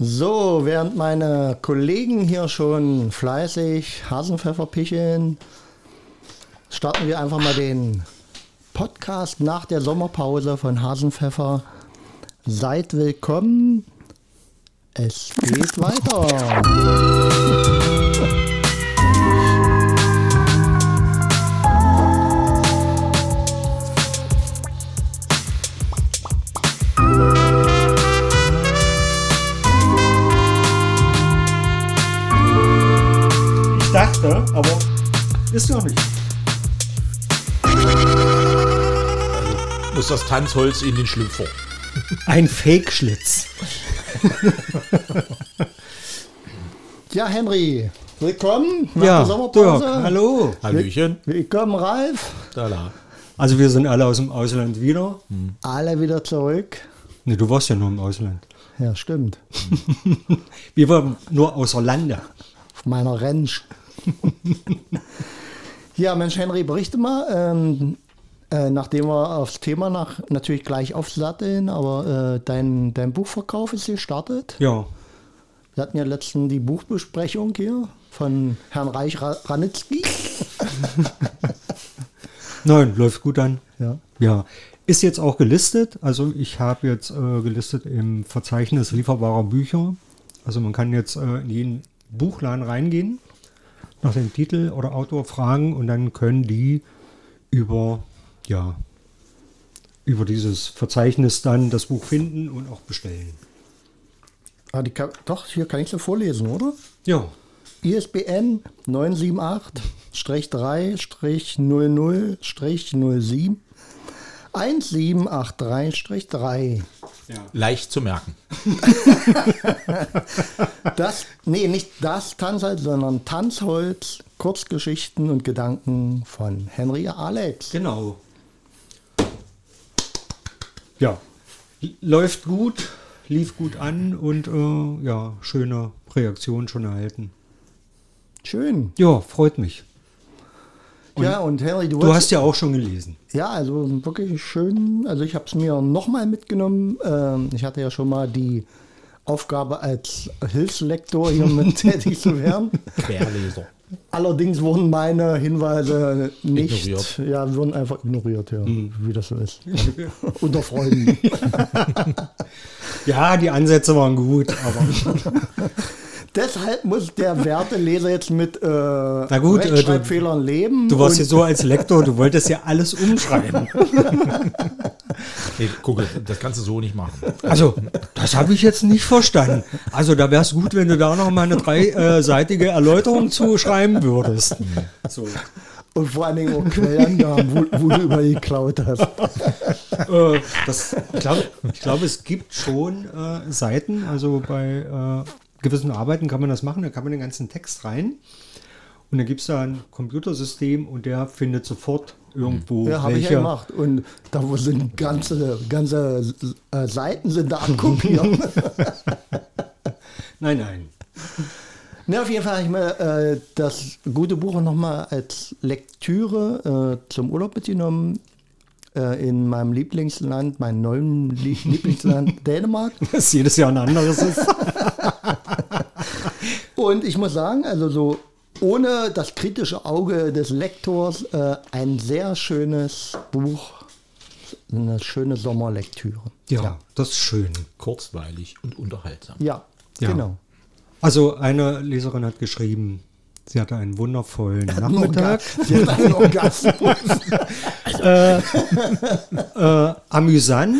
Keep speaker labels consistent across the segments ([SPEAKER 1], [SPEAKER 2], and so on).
[SPEAKER 1] So, während meine Kollegen hier schon fleißig Hasenpfeffer picheln, starten wir einfach mal den Podcast nach der Sommerpause von Hasenpfeffer. Seid willkommen. Es geht weiter.
[SPEAKER 2] Ich dachte, aber ist noch nicht.
[SPEAKER 3] Muss das Tanzholz in den Schlüpfer.
[SPEAKER 4] Ein Fake-Schlitz.
[SPEAKER 1] Ja, Henry, willkommen nach
[SPEAKER 4] Ja,
[SPEAKER 1] der Sommerpause.
[SPEAKER 4] Dirk, hallo.
[SPEAKER 1] Ne?
[SPEAKER 3] Hallöchen.
[SPEAKER 1] Willkommen, Ralf.
[SPEAKER 3] Da, da.
[SPEAKER 4] Also wir sind alle aus dem Ausland wieder.
[SPEAKER 2] Hm.
[SPEAKER 1] Alle wieder zurück.
[SPEAKER 4] Ne, du warst ja nur im Ausland.
[SPEAKER 1] Ja, stimmt.
[SPEAKER 4] Wir waren nur außer Lande.
[SPEAKER 1] Auf meiner Ranch. ja, Mensch, Henry, berichte mal. Ähm, äh, nachdem wir aufs Thema nach, natürlich gleich aufsatteln, aber äh, dein, dein Buchverkauf ist gestartet.
[SPEAKER 4] Ja,
[SPEAKER 1] Wir hatten ja letztens die Buchbesprechung hier von Herrn Reich Ra- Ranitzky.
[SPEAKER 4] nein, läuft gut an.
[SPEAKER 1] Ja.
[SPEAKER 4] Ja, ist jetzt auch gelistet. Also ich habe jetzt äh, gelistet im Verzeichnis lieferbarer Bücher. Also man kann jetzt äh, in jeden Buchladen reingehen, nach dem Titel oder Autor fragen und dann können die über, ja, über dieses Verzeichnis dann das Buch finden und auch bestellen.
[SPEAKER 1] Ah, die kann, doch, hier kann ich sie vorlesen, oder?
[SPEAKER 4] Ja,
[SPEAKER 1] ISBN 978-3-00-07 1783-3.
[SPEAKER 3] Leicht zu merken.
[SPEAKER 1] Das, nee, nicht das Tanzholz, sondern Tanzholz, Kurzgeschichten und Gedanken von Henry Alex.
[SPEAKER 4] genau. Ja, l- läuft gut, lief gut an und äh, ja, schöne Reaktion schon erhalten.
[SPEAKER 1] Schön.
[SPEAKER 4] Ja, freut mich.
[SPEAKER 1] ja, und Henry, du,
[SPEAKER 4] Du
[SPEAKER 1] wolltest-
[SPEAKER 4] hast ja auch schon gelesen.
[SPEAKER 1] Ja, also wirklich schön. Also ich habe es mir nochmal mitgenommen. Ähm, ich hatte ja schon mal die Aufgabe, als Hilfslektor hier mit tätig zu werden.
[SPEAKER 3] Querleser.
[SPEAKER 1] Allerdings wurden meine Hinweise nicht,
[SPEAKER 3] Ignoriert.
[SPEAKER 1] ja, wurden einfach ignoriert, ja, wie das so ist. Unter Freunden.
[SPEAKER 4] Ja, die Ansätze waren gut, aber
[SPEAKER 1] Deshalb muss der Werteleser jetzt mit äh, Na
[SPEAKER 4] gut, äh, du-
[SPEAKER 1] Rechtschreibfehlern leben.
[SPEAKER 4] du warst
[SPEAKER 1] und-
[SPEAKER 4] ja so als Lektor, du wolltest ja alles umschreiben.
[SPEAKER 3] Nee, guck, das kannst du so nicht machen.
[SPEAKER 4] Also, das habe ich jetzt nicht verstanden. Also, da wäre es gut, wenn du da noch mal eine dreiseitige Erläuterung zuschreiben würdest. So.
[SPEAKER 1] und vor allen Dingen auch Quellenangaben, wo, wo du über geklaut hast.
[SPEAKER 4] Äh, das, ich glaube, ich glaub, es gibt schon äh, Seiten, also bei äh, gewissen Arbeiten kann man das machen, da kann man den ganzen Text rein und dann gibt es da ein Computersystem und der findet sofort irgendwo
[SPEAKER 1] Ja, habe ich
[SPEAKER 4] welche.
[SPEAKER 1] ja gemacht. Und da wo sind ganze, ganze äh, Seiten sind da abkopiert.
[SPEAKER 4] Nein, nein.
[SPEAKER 1] Na, auf jeden Fall habe ich mir äh, das gute Buch nochmal als Lektüre äh, zum Urlaub mitgenommen. Äh, in meinem Lieblingsland, meinem neuen Lie Lieblingsland Dänemark.
[SPEAKER 4] Dass jedes Jahr ein anderes ist.
[SPEAKER 1] Und ich muss sagen, also so ohne das kritische Auge des Lektors, äh, ein sehr schönes Buch, eine schöne Sommerlektüre.
[SPEAKER 4] Ja, das ist schön.
[SPEAKER 3] Kurzweilig und unterhaltsam.
[SPEAKER 1] Ja,
[SPEAKER 4] Ja.
[SPEAKER 1] genau.
[SPEAKER 4] Also eine Leserin hat geschrieben, sie hatte einen wundervollen Nachmittag.
[SPEAKER 1] Sie hat einen Orgasmus.
[SPEAKER 4] äh, amüsant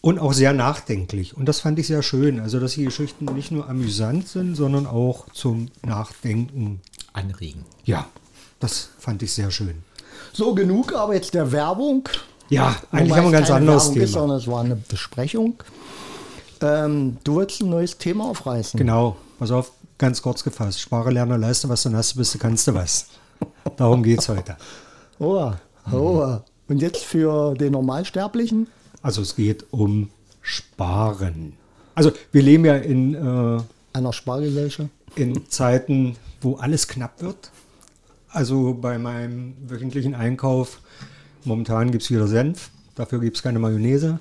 [SPEAKER 4] und auch sehr nachdenklich. Und das fand ich sehr schön. Also, dass die Geschichten nicht nur amüsant sind, sondern auch zum Nachdenken.
[SPEAKER 3] Anregen.
[SPEAKER 4] Ja, das fand ich sehr schön.
[SPEAKER 1] So genug, aber jetzt der Werbung.
[SPEAKER 4] Ja, eigentlich
[SPEAKER 1] Wobei
[SPEAKER 4] haben wir
[SPEAKER 1] es
[SPEAKER 4] ein ganz
[SPEAKER 1] keine
[SPEAKER 4] anderes
[SPEAKER 1] Werbung Ist,
[SPEAKER 4] Thema.
[SPEAKER 1] sondern es war eine Besprechung. Ähm, du willst ein neues Thema aufreißen.
[SPEAKER 4] Genau, pass auf, ganz kurz gefasst. Spare, lerne, leiste was, dann hast du, bist du, kannst du was. Darum geht's heute.
[SPEAKER 1] Oha, oha. Und jetzt für den Normalsterblichen?
[SPEAKER 4] Also, es geht um Sparen. Also, wir leben ja in äh,
[SPEAKER 1] Einer Spargesellschaft?
[SPEAKER 4] in Zeiten, wo alles knapp wird. Also bei meinem wöchentlichen Einkauf, momentan gibt es wieder Senf, dafür gibt es keine Mayonnaise.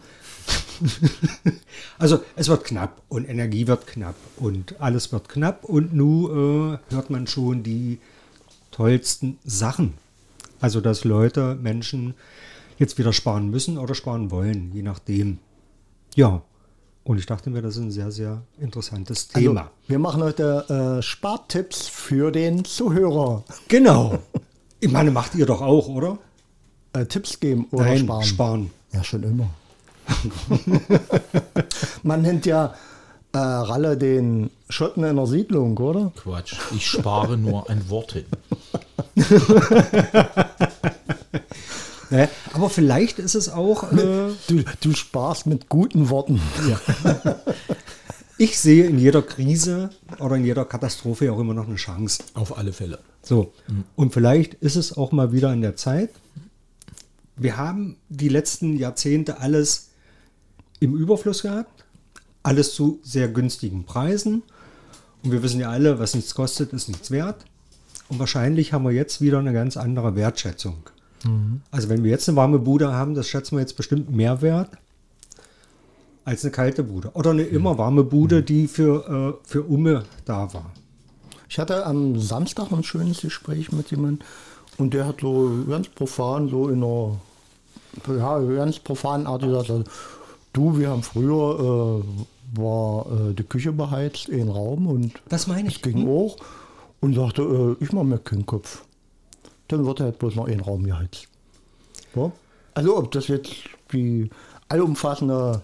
[SPEAKER 4] also es wird knapp und Energie wird knapp und alles wird knapp und nun äh, hört man schon die tollsten Sachen. Also dass Leute, Menschen jetzt wieder sparen müssen oder sparen wollen, je nachdem. Ja, und ich dachte mir, das ist ein sehr, sehr interessantes Thema.
[SPEAKER 1] Also, wir machen heute äh, Spartipps für den Zuhörer.
[SPEAKER 4] genau. Ich meine, macht ihr doch auch, oder?
[SPEAKER 1] Äh, Tipps geben oder
[SPEAKER 4] Nein,
[SPEAKER 1] sparen.
[SPEAKER 4] sparen.
[SPEAKER 1] Ja, schon immer. Man nennt ja äh, Ralle den Schotten in der Siedlung, oder?
[SPEAKER 3] Quatsch. Ich spare nur an Worten.
[SPEAKER 4] Ne? Aber vielleicht ist es auch, äh,
[SPEAKER 1] Du, du sparst mit guten Worten.
[SPEAKER 4] ich sehe in jeder Krise oder in jeder Katastrophe ja auch immer noch eine Chance.
[SPEAKER 3] Auf alle Fälle.
[SPEAKER 4] So, und vielleicht ist es auch mal wieder an der Zeit. Wir haben die letzten Jahrzehnte alles im Überfluss gehabt, alles zu sehr günstigen Preisen. Und wir wissen ja alle, was nichts kostet, ist nichts wert. Und wahrscheinlich haben wir jetzt wieder eine ganz andere Wertschätzung. Also wenn wir jetzt eine warme Bude haben, das schätzen wir jetzt bestimmt mehr wert als eine kalte Bude. Oder eine immer warme Bude, die für, äh, für Umme da war.
[SPEAKER 1] Ich hatte am Samstag ein schönes Gespräch mit jemandem und der hat so ganz profan, so in einer ja, ganz profanen Art gesagt, also, du, wir haben früher äh, war äh, die Küche beheizt, ein Raum und
[SPEAKER 4] Das meine
[SPEAKER 1] das ging auch und sagte, äh, ich mache mir keinen Kopf. Dann wird halt bloß noch ein Raum geheizt. Ja? Also ob das jetzt die allumfassende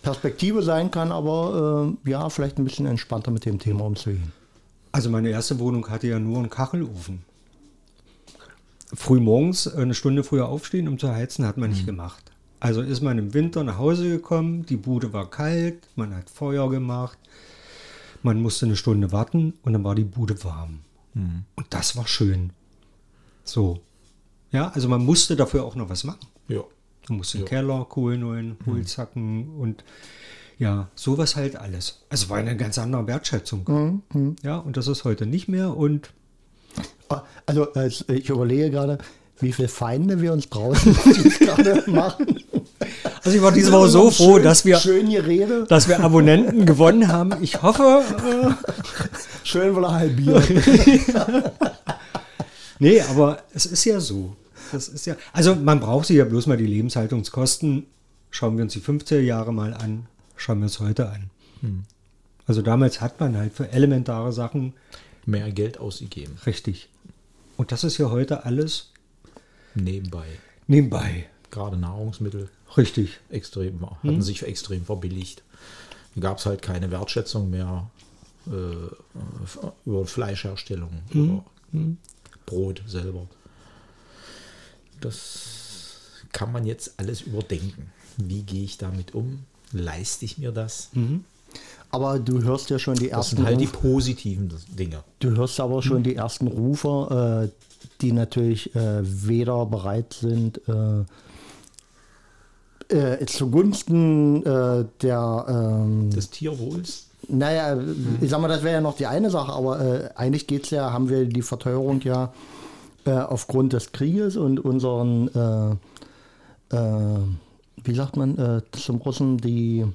[SPEAKER 1] Perspektive sein kann, aber äh, ja, vielleicht ein bisschen entspannter mit dem Thema umzugehen.
[SPEAKER 4] Also meine erste Wohnung hatte ja nur einen Kachelofen. Frühmorgens äh, eine Stunde früher aufstehen, um zu heizen, hat man nicht gemacht. Also ist man im Winter nach Hause gekommen, die Bude war kalt, man hat Feuer gemacht, man musste eine Stunde warten und dann war die Bude warm. Und das war schön. So. Ja, also man musste dafür auch noch was machen.
[SPEAKER 3] Ja.
[SPEAKER 4] Du musst in den Keller, Kohlen holen, Hohlzacken und ja, sowas halt alles. Also war eine ganz andere Wertschätzung. Ja, und das ist heute nicht mehr und
[SPEAKER 1] Ah, Also äh, ich überlege gerade, wie viele Feinde wir uns draußen gerade machen.
[SPEAKER 4] also ich war diese Woche so froh,
[SPEAKER 1] Schön-
[SPEAKER 4] dass wir,
[SPEAKER 1] Schön Gerede,
[SPEAKER 4] dass wir Abonnenten gewonnen haben. Ich hoffe, äh,
[SPEAKER 1] schön wieder halbiert.
[SPEAKER 4] nee, aber es ist ja so. Das ist ja, also man braucht sich ja bloß mal die Lebenshaltungskosten. Schauen wir uns die 50er Jahre mal an, schauen wir uns heute an. Also damals hat man halt für elementare Sachen
[SPEAKER 3] Mehr Geld ausgegeben.
[SPEAKER 4] richtig. Und das ist ja heute alles
[SPEAKER 3] Nebenbei.
[SPEAKER 4] nebenbei.
[SPEAKER 3] Gerade Nahrungsmittel
[SPEAKER 4] Richtig.
[SPEAKER 3] extrem, hatten
[SPEAKER 4] Hm.
[SPEAKER 3] sich für extrem verbilligt. Da gab es halt keine Wertschätzung mehr äh, f- über Fleischherstellung,
[SPEAKER 4] Hm.
[SPEAKER 3] über Brot selber. Das kann man jetzt alles überdenken. Wie gehe ich damit um? Leiste ich mir das?
[SPEAKER 4] Mhm.
[SPEAKER 1] Aber du hörst ja schon die
[SPEAKER 3] Das
[SPEAKER 1] ersten
[SPEAKER 3] sind halt die
[SPEAKER 1] Rufe-
[SPEAKER 3] positiven Dinge.
[SPEAKER 1] Du hörst aber schon die ersten Rufer, äh, die natürlich äh, weder bereit sind, äh, äh, zugunsten äh, der, ähm,
[SPEAKER 3] Des
[SPEAKER 4] Mhm.
[SPEAKER 3] Tierwohls.
[SPEAKER 1] naja, ich sag mal, das wäre ja noch die eine Sache, aber äh, eigentlich geht es ja, haben wir die Verteuerung ja äh, aufgrund des Krieges und unseren, äh, äh, wie sagt man äh, zum Russen, die,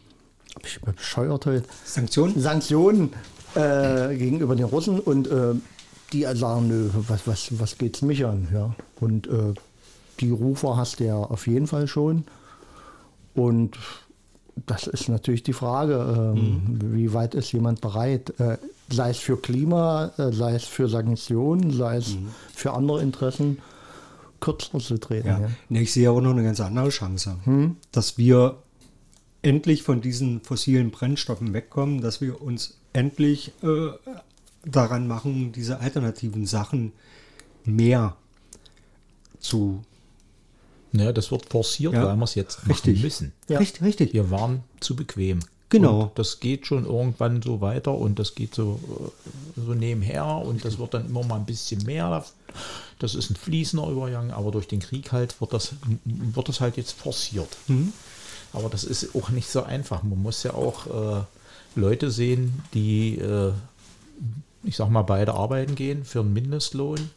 [SPEAKER 1] hab ich bin bescheuert heute,
[SPEAKER 4] Sanktionen?
[SPEAKER 1] Sanktionen äh, gegenüber den Russen und äh, die sagen, nö, was, was, was geht's mich an? Ja? Und äh, die Rufer hast du ja auf jeden Fall schon. Und das ist natürlich die Frage, ähm,
[SPEAKER 4] Mhm.
[SPEAKER 1] wie weit ist jemand bereit, äh, sei es für Klima, äh, sei es für Sanktionen, sei es
[SPEAKER 4] Mhm.
[SPEAKER 1] für andere Interessen, kürzer zu treten.
[SPEAKER 4] Ja. Hm.
[SPEAKER 1] Ja.
[SPEAKER 4] Nee, ich sehe aber noch eine ganz andere Chance, dass wir endlich von diesen fossilen Brennstoffen wegkommen, dass wir uns endlich äh, daran machen, diese alternativen Sachen mehr zu.
[SPEAKER 3] Ja, ne, das wird forciert,
[SPEAKER 4] Ja.
[SPEAKER 3] weil wir es jetzt
[SPEAKER 4] Richtig.
[SPEAKER 3] machen müssen.
[SPEAKER 1] Ja.
[SPEAKER 4] Richtig, richtig.
[SPEAKER 3] Wir waren zu bequem.
[SPEAKER 4] Genau.
[SPEAKER 3] Und das geht schon irgendwann so weiter und das geht so, äh, so nebenher und das wird dann immer mal ein bisschen mehr. Das ist ein fließender Übergang, aber durch den Krieg halt wird das, wird das halt jetzt forciert.
[SPEAKER 4] Mhm.
[SPEAKER 3] Aber das ist auch nicht so einfach. Man muss ja auch äh, Leute sehen, die, äh, ich sag mal, beide arbeiten gehen für einen Mindestlohn,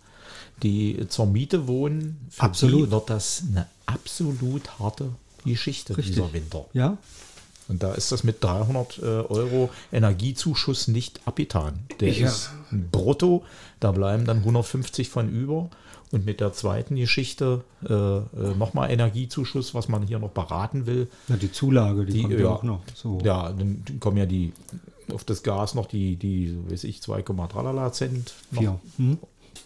[SPEAKER 3] die zur Miete wohnen. Für
[SPEAKER 4] Absolut.
[SPEAKER 3] Die wird das eine absolut harte die Geschichte
[SPEAKER 4] Richtig.
[SPEAKER 3] dieser Winter.
[SPEAKER 4] Ja,
[SPEAKER 3] Und da ist das mit 300 äh, Euro Energiezuschuss nicht abgetan. Der
[SPEAKER 4] Ja.
[SPEAKER 3] ist brutto, da bleiben dann 150 von über. Und mit der zweiten Geschichte äh, äh, nochmal Energiezuschuss, was man hier noch beraten will.
[SPEAKER 4] na, die Zulage, die,
[SPEAKER 3] Die,
[SPEAKER 4] kommt ja auch noch. So.
[SPEAKER 3] Ja, dann kommen ja die auf das Gas noch die, die weiß ich, 2,3 Cent noch
[SPEAKER 4] Vier. Hm?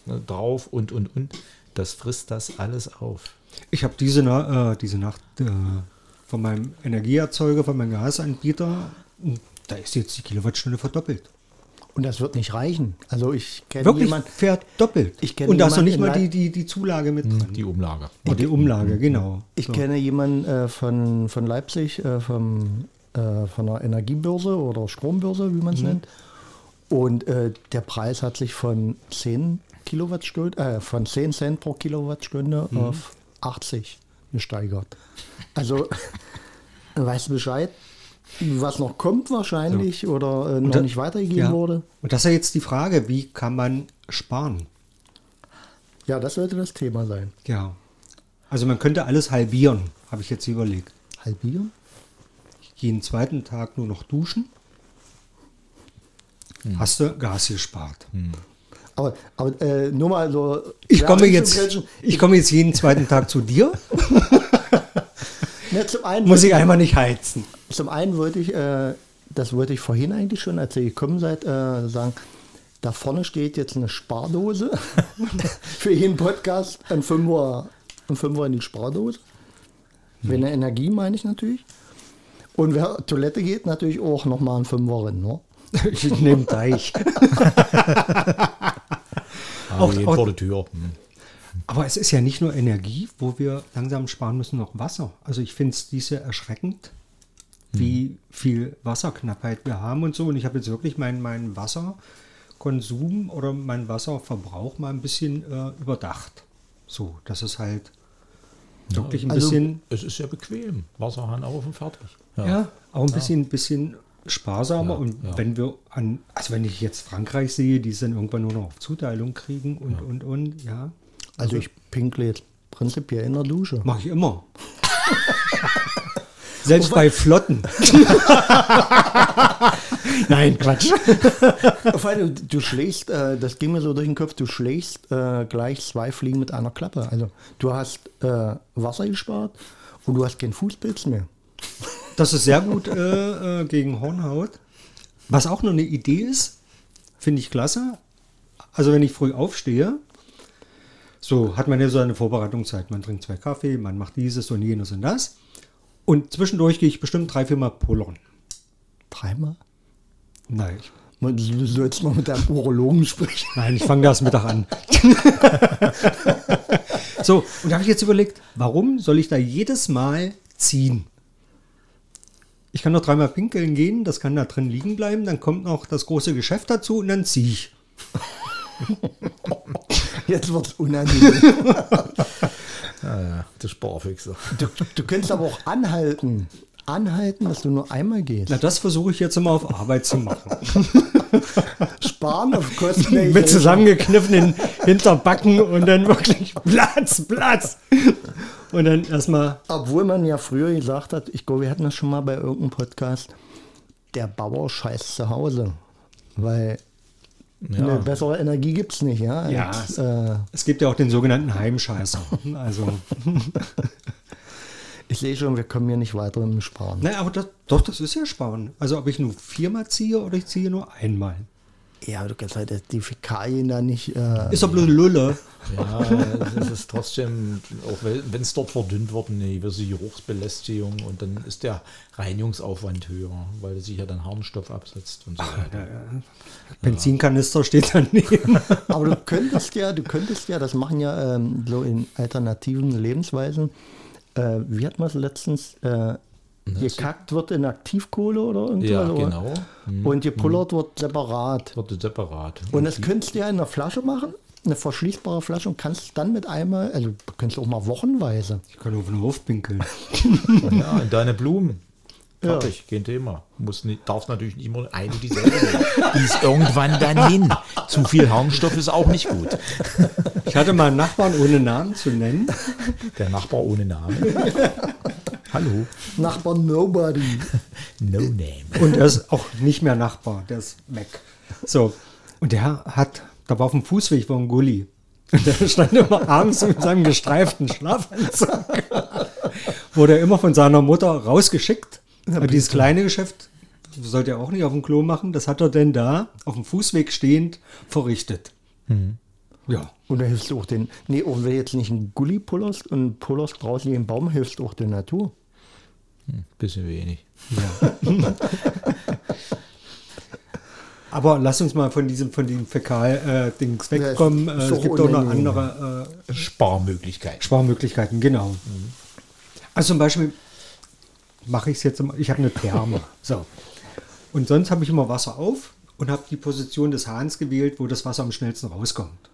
[SPEAKER 3] ne, drauf und, und, und. Das frisst das alles auf.
[SPEAKER 4] Ich habe diese, Na äh, diese Nacht äh, von meinem Energieerzeuger, von meinem Gasanbieter, hm, da ist jetzt die Kilowattstunde verdoppelt.
[SPEAKER 1] Und das wird nicht reichen. Also ich kenne
[SPEAKER 4] Wirklich
[SPEAKER 1] jemanden,
[SPEAKER 4] verdoppelt.
[SPEAKER 1] Ich kenne
[SPEAKER 4] Und da ist noch
[SPEAKER 1] jemanden in
[SPEAKER 4] nicht mal die,
[SPEAKER 1] Leip-
[SPEAKER 4] die, die Zulage mit drin.
[SPEAKER 3] Die Umlage.
[SPEAKER 4] Und die Umlage, genau.
[SPEAKER 1] Ich
[SPEAKER 4] So.
[SPEAKER 1] kenne jemanden äh, von, von Leipzig, äh, vom, äh, von der Energiebörse oder Strombörse, wie man
[SPEAKER 4] Mhm.
[SPEAKER 1] es nennt. Und äh, der Preis hat sich von 10, Kilowattstunde, äh, von 10 Cent pro Kilowattstunde
[SPEAKER 4] Mhm.
[SPEAKER 1] auf 80 gesteigert. Also weißt du Bescheid, was noch kommt wahrscheinlich oder äh, noch
[SPEAKER 4] da-
[SPEAKER 1] nicht weitergegeben
[SPEAKER 4] ja.
[SPEAKER 1] wurde.
[SPEAKER 4] Und das ist ja jetzt die Frage, wie kann man sparen?
[SPEAKER 1] Ja, das sollte das Thema sein.
[SPEAKER 4] Ja. Also man könnte alles halbieren, habe ich jetzt überlegt.
[SPEAKER 1] Halbieren?
[SPEAKER 4] Jeden zweiten Tag nur noch duschen. Hast du Gas gespart?
[SPEAKER 1] Aber, aber äh, nur mal so.
[SPEAKER 4] Ich komme
[SPEAKER 1] Werbung zu
[SPEAKER 4] jetzt,
[SPEAKER 1] grätschen.
[SPEAKER 4] ich komme jetzt jeden zweiten Tag zu dir,
[SPEAKER 1] Ne, zum einen
[SPEAKER 4] muss ich einmal nicht heizen.
[SPEAKER 1] Zum einen wollte ich, äh, das wollte ich vorhin eigentlich schon, als ihr gekommen seid, äh, sagen, da vorne steht jetzt eine Spardose für jeden Podcast ein Fünfer, ein Fünfer in die Spardose. Wenn der Energie meine ich natürlich. Und wer Toilette geht, natürlich auch nochmal ein Fünfer rein. Ne?
[SPEAKER 4] Ich nehme Deich.
[SPEAKER 3] Aber jeden
[SPEAKER 4] auch-
[SPEAKER 3] Also vor der Tür. Hm.
[SPEAKER 4] Aber es ist ja nicht nur Energie, wo wir langsam sparen müssen, noch Wasser. Also ich finde es dies Jahr erschreckend, wie viel Wasserknappheit wir haben und so. Und ich habe jetzt wirklich meinen meinen Wasserkonsum oder meinen Wasserverbrauch mal ein bisschen äh, überdacht. So, dass es halt wirklich ein
[SPEAKER 1] also-
[SPEAKER 4] bisschen,
[SPEAKER 3] Es ist ja bequem. Wasserhahn auf und fertig.
[SPEAKER 4] ja. auch ein bisschen, bisschen sparsamer.
[SPEAKER 3] Ja,
[SPEAKER 4] und
[SPEAKER 3] ja.
[SPEAKER 4] wenn wir an, also wenn ich jetzt Frankreich sehe, die es dann irgendwann nur noch auf Zuteilung kriegen und, und, und, ja.
[SPEAKER 1] Also ich pinkle jetzt prinzipiell in der Dusche.
[SPEAKER 4] Mache ich immer. Selbst bei Flotten. Nein, Quatsch.
[SPEAKER 1] Vor allem, du schlägst, äh, das ging mir so durch den Kopf, du schlägst äh, gleich zwei Fliegen mit einer Klappe. Also du hast äh, Wasser gespart und du hast keinen Fußpilz mehr.
[SPEAKER 4] Das ist sehr gut äh, äh, gegen Hornhaut. Was auch noch eine Idee ist, finde ich klasse. Also wenn ich früh aufstehe, so hat man ja so eine Vorbereitungszeit. Man trinkt zwei Kaffee, man macht dieses und jenes und das. Und zwischendurch gehe ich bestimmt drei, vier Mal pullern.
[SPEAKER 1] Dreimal?
[SPEAKER 4] Nein, ich-
[SPEAKER 1] Man, du sollst mal mit deinem Urologen sprechen.
[SPEAKER 4] Nein, ich fange das Mittag an. so, und da habe ich jetzt überlegt, warum soll ich da jedes Mal ziehen? Ich kann noch dreimal pinkeln gehen, das kann da drin liegen bleiben, dann kommt noch das große Geschäft dazu und dann ziehe ich.
[SPEAKER 1] Jetzt wird's unangenehm.
[SPEAKER 3] Ja, ja. Das Sparfixer.
[SPEAKER 1] Du, du könntest aber auch anhalten. Anhalten, dass du nur einmal gehst.
[SPEAKER 4] Na, das versuche ich jetzt immer auf Arbeit zu machen.
[SPEAKER 1] Sparen auf Kosten. der
[SPEAKER 4] Mit
[SPEAKER 1] Gesellschaft.
[SPEAKER 4] zusammengekniffenen Hinterbacken und dann wirklich Platz, Platz. Und dann erstmal,
[SPEAKER 1] Obwohl man ja früher gesagt hat, ich glaube, wir hatten das schon mal bei irgendeinem Podcast, der Bauer scheißt zu Hause. Weil eine bessere Energie gibt's nicht, ja?
[SPEAKER 4] Ja.
[SPEAKER 1] Als, äh,
[SPEAKER 4] es gibt ja auch den sogenannten Heimscheißer. Also.
[SPEAKER 1] Ich sehe schon, wir kommen hier nicht weiter im Sparen.
[SPEAKER 4] Naja, aber das, doch, das ist ja Sparen. Also ob ich nur viermal ziehe oder ich ziehe nur einmal.
[SPEAKER 1] Ja, aber du kannst halt die Fäkalien da nicht. Äh,
[SPEAKER 4] Ist doch bloß Lulle.
[SPEAKER 3] Ja, es ist trotzdem, auch wenn es dort verdünnt wird, eine gewisse Geruchsbelästigung und dann ist der Reinigungsaufwand höher, weil sich ja dann Harnstoff absetzt und so weiter.
[SPEAKER 4] Benzinkanister steht daneben.
[SPEAKER 1] aber du könntest ja, du könntest ja, das machen ja ähm, so in alternativen Lebensweisen. Äh, wie hat man es letztens? Äh, gekackt wird in Aktivkohle oder irgendwas.
[SPEAKER 3] Ja,
[SPEAKER 1] oder?
[SPEAKER 3] genau. Mhm.
[SPEAKER 1] Und gepullert wird separat.
[SPEAKER 3] Wird separat.
[SPEAKER 1] Und das könntest du ja in einer Flasche machen, eine verschließbare Flasche und kannst dann mit einmal, also du könntest auch mal wochenweise.
[SPEAKER 4] Ich kann auf den Hof pinkeln.
[SPEAKER 3] ja, und deine Blumen.
[SPEAKER 1] Ja.
[SPEAKER 3] Fertig, kein Thema. Muss nicht, darf natürlich nicht immer eine dieselbe sein. Die ist irgendwann dann hin. Zu viel Harnstoff ist auch nicht gut.
[SPEAKER 4] Ich hatte mal einen Nachbarn ohne Namen zu nennen.
[SPEAKER 3] Der Nachbar ohne Namen Hallo.
[SPEAKER 1] Nachbar Nobody.
[SPEAKER 3] No name.
[SPEAKER 4] Und er ist auch nicht mehr Nachbar, der ist weg. So, und der hat, da war auf dem Fußweg war ein Gully. Und der stand immer abends mit seinem gestreiften Schlafanzug. Wurde er immer von seiner Mutter rausgeschickt. Aber dieses kleine Geschäft sollte er auch nicht auf dem Klo machen. Das hat er denn da, auf dem Fußweg stehend, verrichtet.
[SPEAKER 1] Hm.
[SPEAKER 4] Ja.
[SPEAKER 1] Und da hilfst du auch den. Nee, und wenn jetzt nicht ein Gulli pullerst und pullerst draußen den Baum, hilfst du auch der Natur.
[SPEAKER 3] Bisschen wenig.
[SPEAKER 4] Aber lass uns mal von diesem, von diesem Fäkal-Dings
[SPEAKER 1] es
[SPEAKER 4] wegkommen. Äh,
[SPEAKER 1] ist so
[SPEAKER 4] es gibt auch noch
[SPEAKER 1] unangenehm.
[SPEAKER 4] andere äh,
[SPEAKER 3] Sparmöglichkeit.
[SPEAKER 4] Sparmöglichkeiten, genau. Also zum Beispiel mache ich es jetzt, immer- ich habe eine Therme. so. Und sonst habe ich immer Wasser auf und habe die Position des Hahns gewählt, wo das Wasser am schnellsten rauskommt.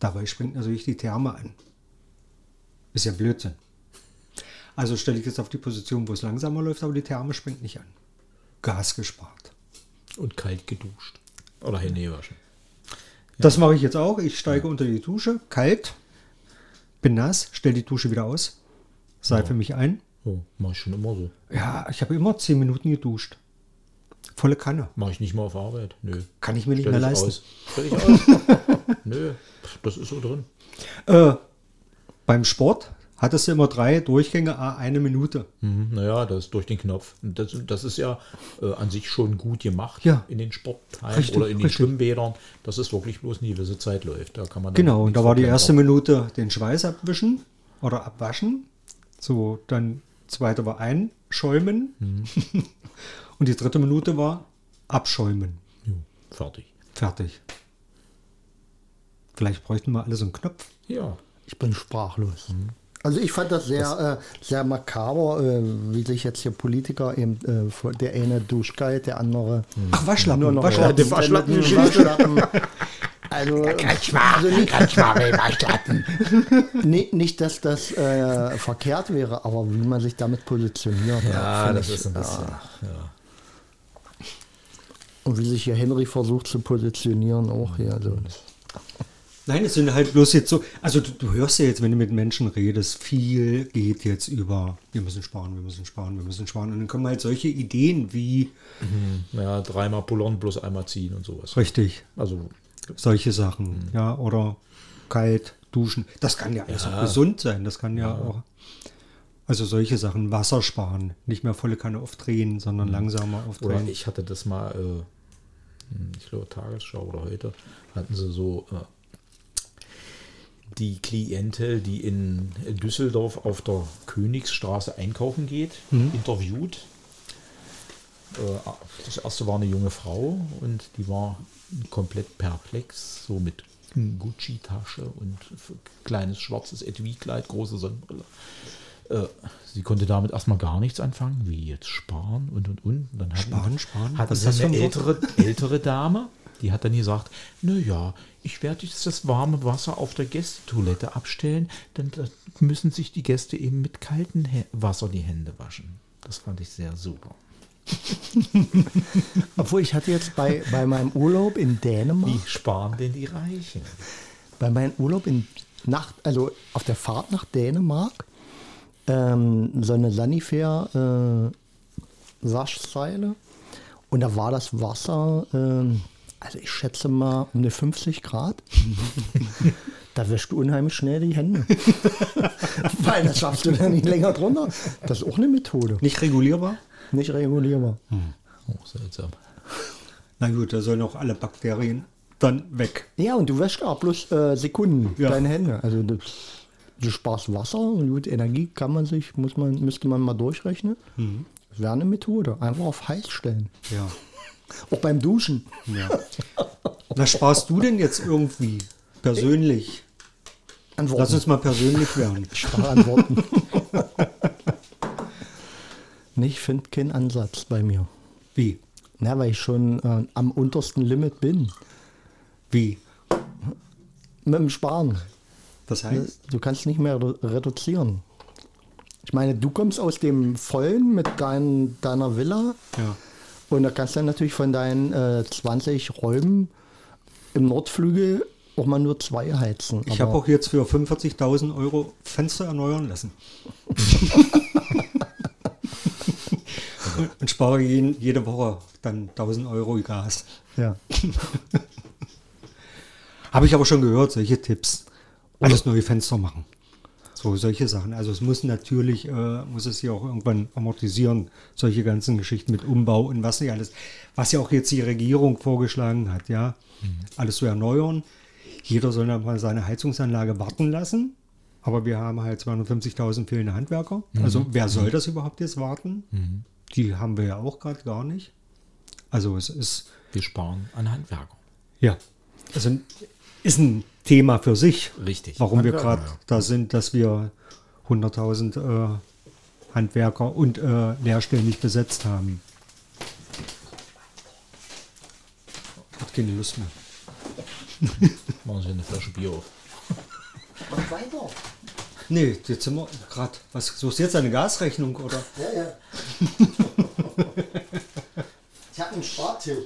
[SPEAKER 4] Dabei springt natürlich die Therme an. Ist ja Blödsinn. Also stelle ich jetzt auf die Position, wo es langsamer läuft, aber die Therme springt nicht an. Gas gespart.
[SPEAKER 3] Und kalt geduscht. Oder Hände waschen.
[SPEAKER 4] Das mache ich jetzt auch. Ich steige unter die Dusche, kalt, bin nass, stelle die Dusche wieder aus, seife mich ein.
[SPEAKER 3] Oh, mach ich schon immer so.
[SPEAKER 4] Ja, ich habe immer zehn Minuten geduscht. Volle Kanne.
[SPEAKER 3] Mach ich nicht mal auf Arbeit. Nö.
[SPEAKER 4] Kann ich mir nicht
[SPEAKER 3] Stell
[SPEAKER 4] mehr
[SPEAKER 3] dich
[SPEAKER 4] leisten.
[SPEAKER 3] aus. Stell dich aus. Nö. Das ist so drin.
[SPEAKER 4] Äh, beim Sport hattest du immer drei Durchgänge, a eine Minute.
[SPEAKER 1] Hm,
[SPEAKER 3] Mhm, naja, das ist durch den Knopf. Und Das, das ist ja äh, an sich schon gut gemacht
[SPEAKER 4] Ja.
[SPEAKER 3] in den Sportteilen
[SPEAKER 4] Richtig,
[SPEAKER 3] oder in den
[SPEAKER 4] richtig.
[SPEAKER 3] Schwimmbädern. Das ist wirklich bloß eine gewisse Zeit läuft. Da kann man dann
[SPEAKER 4] Genau, und
[SPEAKER 3] nichts
[SPEAKER 4] da war die erste
[SPEAKER 3] verplempern.
[SPEAKER 4] Minute den Schweiß abwischen oder abwaschen. So, dann zweite war einschäumen.
[SPEAKER 1] Hm.
[SPEAKER 4] und die dritte Minute war abschäumen.
[SPEAKER 3] Jo, fertig.
[SPEAKER 4] Fertig. Vielleicht bräuchten wir alle so einen Knopf.
[SPEAKER 3] Ja.
[SPEAKER 1] Ich bin sprachlos. Also ich fand das sehr, äh, sehr makaber, äh, wie sich jetzt hier Politiker eben, äh, vor- der eine Duschgeil, der andere
[SPEAKER 4] Ach, Waschlappen.
[SPEAKER 1] nur noch
[SPEAKER 4] Waschlappen.
[SPEAKER 1] mit- mit dem Waschlappen. Also, also nicht, Nee, nicht, dass das äh, verkehrt wäre, aber wie man sich damit positioniert.
[SPEAKER 3] Ja,
[SPEAKER 1] finde
[SPEAKER 3] das
[SPEAKER 1] ich,
[SPEAKER 3] ist ein bisschen.
[SPEAKER 1] ja. Und wie sich hier Henry versucht zu positionieren, auch hier. Also,
[SPEAKER 4] Nein, es sind halt bloß jetzt so, also du, du hörst ja jetzt, wenn du mit Menschen redest, viel geht jetzt über, wir müssen sparen, wir müssen sparen, wir müssen sparen. Und dann kommen halt solche Ideen wie,
[SPEAKER 3] Ja, dreimal pullern, bloß einmal ziehen und sowas.
[SPEAKER 4] richtig,
[SPEAKER 3] Also,
[SPEAKER 4] solche Sachen, ja, oder kalt duschen. Das kann ja alles auch gesund sein, das kann ja, auch, also solche Sachen, Wasser sparen, nicht mehr volle Kanne aufdrehen, sondern langsamer
[SPEAKER 3] oder
[SPEAKER 4] aufdrehen.
[SPEAKER 3] ich hatte das mal, äh, ich glaube, Tagesschau oder heute, hatten sie so äh, die Klientel, die in Düsseldorf auf der Königsstraße einkaufen geht, interviewt. Äh, Das erste war eine junge Frau und die war komplett perplex, so mit Gucci-Tasche und kleines schwarzes Etui-Kleid, große Sonnenbrille. Äh, Sie konnte damit erstmal gar nichts anfangen, wie jetzt sparen und und und. und dann hatten-
[SPEAKER 4] Sparen, sparen?
[SPEAKER 3] Hat
[SPEAKER 4] Was ist
[SPEAKER 3] das
[SPEAKER 4] das
[SPEAKER 3] eine
[SPEAKER 4] für ein Wort?
[SPEAKER 3] ältere, ältere Dame, die hat dann gesagt, naja, ich werde jetzt das warme Wasser auf der Gästetoilette abstellen, denn da müssen sich die Gäste eben mit kaltem Hä- Wasser die Hände waschen. Das fand ich sehr super.
[SPEAKER 1] obwohl ich hatte jetzt bei, bei meinem Urlaub in Dänemark.
[SPEAKER 3] Wie sparen denn die Reichen?
[SPEAKER 1] bei meinem Urlaub in Nacht, also auf der Fahrt nach Dänemark, ähm, so eine Sanifair äh, Waschseile. Und da war das Wasser, ähm, also ich schätze mal um eine 50 Grad. da wäschst du unheimlich schnell die Hände. Weil das schaffst du dann nicht länger drunter. Das ist auch eine Methode.
[SPEAKER 4] Nicht regulierbar?
[SPEAKER 1] Nicht regulierbar.
[SPEAKER 3] Oh, seltsam.
[SPEAKER 4] Na gut, da sollen auch alle Bakterien dann weg.
[SPEAKER 1] Ja, und du wäschst auch bloß äh, Sekunden
[SPEAKER 4] Ja.
[SPEAKER 1] deine Hände. Also das, du sparst Wasser und gut, Energie kann man sich, muss man, müsste man mal durchrechnen.
[SPEAKER 4] Mhm.
[SPEAKER 1] Das wäre eine Methode. Einfach auf heiß stellen.
[SPEAKER 4] Ja.
[SPEAKER 1] Auch beim Duschen.
[SPEAKER 4] Ja. Na, sparst du denn jetzt irgendwie persönlich? Lass
[SPEAKER 1] Antworten.
[SPEAKER 4] uns mal persönlich werden.
[SPEAKER 1] Sparantworten. nee, ich finde keinen Ansatz bei mir.
[SPEAKER 4] Wie?
[SPEAKER 1] Na, weil ich schon äh, am untersten Limit bin.
[SPEAKER 4] Wie?
[SPEAKER 1] Mit dem Sparen.
[SPEAKER 4] Das heißt,
[SPEAKER 1] Du kannst nicht mehr redu- reduzieren. Ich meine, du kommst aus dem Vollen mit dein, deiner Villa
[SPEAKER 4] ja.
[SPEAKER 1] Und da kannst du dann natürlich von deinen äh, 20 Räumen im Nordflügel auch mal nur zwei heizen.
[SPEAKER 4] Ich
[SPEAKER 1] Aber
[SPEAKER 4] habe auch jetzt für 45.000 Euro Fenster erneuern lassen. und spare jeden, jede Woche dann 1000 Euro Gas.
[SPEAKER 1] Ja.
[SPEAKER 4] Habe ich aber schon gehört, solche Tipps. Alles neue Fenster machen. So, solche Sachen. Also es muss natürlich, äh, muss es ja auch irgendwann amortisieren, solche ganzen Geschichten mit Umbau und was nicht alles. Was ja auch jetzt die Regierung vorgeschlagen hat, ja, alles zu erneuern. Jeder soll dann mal seine Heizungsanlage warten lassen. Aber wir haben halt 250.000 fehlende Handwerker. Also wer soll das überhaupt jetzt warten? Die haben wir ja auch gerade gar nicht. Also es ist,
[SPEAKER 3] Wir sparen an Handwerker.
[SPEAKER 4] ja, also ist ein Thema für sich.
[SPEAKER 3] Richtig.
[SPEAKER 4] Warum wir
[SPEAKER 3] Handwerker,
[SPEAKER 4] gerade da sind, dass wir 100.000 äh, Handwerker und äh, Lehrstellen nicht besetzt haben. Hat keine Lust mehr.
[SPEAKER 3] Machen Sie eine Flasche Bier auf.
[SPEAKER 1] Mach weiter.
[SPEAKER 4] Nee, jetzt sind wir gerade. Was suchst du jetzt eine Gasrechnung oder?
[SPEAKER 1] Ja, ja. ich habe einen Spartipp.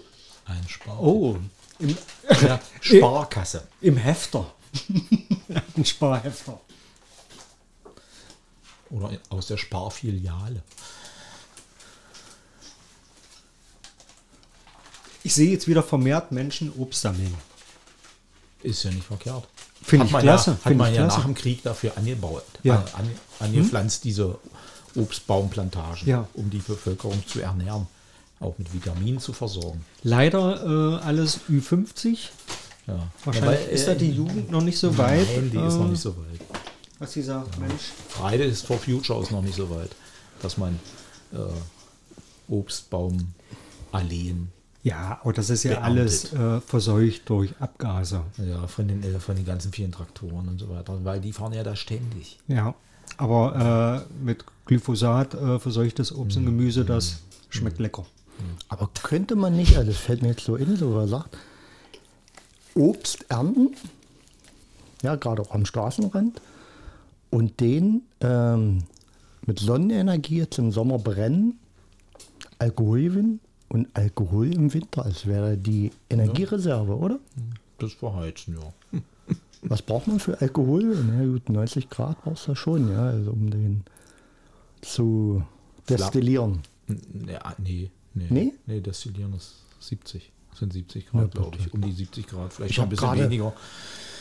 [SPEAKER 3] Ein Spar.
[SPEAKER 4] Oh, im,
[SPEAKER 3] Ja, Sparkasse.
[SPEAKER 4] im Hefter. ein Sparhefter.
[SPEAKER 3] Oder aus der Sparfiliale.
[SPEAKER 4] Ich sehe jetzt wieder vermehrt Menschen Obst sammeln.
[SPEAKER 3] Ist ja nicht verkehrt.
[SPEAKER 4] Finde
[SPEAKER 3] Hat
[SPEAKER 4] ich
[SPEAKER 3] man
[SPEAKER 4] klasse,
[SPEAKER 3] Ja, hat
[SPEAKER 4] finde
[SPEAKER 3] man
[SPEAKER 4] ich
[SPEAKER 3] ja
[SPEAKER 4] klasse.
[SPEAKER 3] nach dem Krieg dafür angebaut,
[SPEAKER 4] Ja. Hm?
[SPEAKER 3] an, an, angepflanzt, diese Obstbaumplantagen,
[SPEAKER 4] Ja.
[SPEAKER 3] um die Bevölkerung zu ernähren, auch mit Vitaminen zu versorgen.
[SPEAKER 4] Leider äh, alles Ü50.
[SPEAKER 3] Ja.
[SPEAKER 4] Wahrscheinlich
[SPEAKER 3] Wobei,
[SPEAKER 4] ist
[SPEAKER 3] äh,
[SPEAKER 4] da die Jugend noch nicht so weit.
[SPEAKER 3] Nein, die
[SPEAKER 4] äh,
[SPEAKER 3] ist noch nicht so weit.
[SPEAKER 4] Was sie sagt, Mensch.
[SPEAKER 3] Fridays for Future ist noch nicht so weit, dass man äh, Obstbaumalleen
[SPEAKER 4] Ja, aber das ist ja
[SPEAKER 3] Beamtet.
[SPEAKER 4] alles äh, verseucht durch Abgase.
[SPEAKER 3] ja, von, den, äh, von den ganzen vielen Traktoren und so weiter, weil die fahren ja da ständig.
[SPEAKER 4] Ja. Aber äh, mit Glyphosat äh, verseuchtes Obst und Gemüse, das schmeckt lecker.
[SPEAKER 1] Aber könnte man nicht, also das fällt mir jetzt so in, so was sagt, Obst ernten, ja, gerade auch am Straßenrand, und den ähm, mit Sonnenenergie jetzt im Sommer brennen, Alkohol gewinnen und Alkohol im Winter, als wäre die Energiereserve, oder?
[SPEAKER 3] Das Verheizen, ja.
[SPEAKER 1] Was braucht man für Alkohol? Na gut, 90 Grad brauchst du ja schon, ja, also um den zu destillieren.
[SPEAKER 3] Nee, ah, nee, nee.
[SPEAKER 1] Nee?
[SPEAKER 3] Nee, destillieren ist 70. Das sind 70 Grad, glaube ich. Um die 70 Grad, vielleicht
[SPEAKER 1] Ich
[SPEAKER 3] schon ein
[SPEAKER 1] hab
[SPEAKER 3] bisschen
[SPEAKER 1] gerade-
[SPEAKER 3] weniger.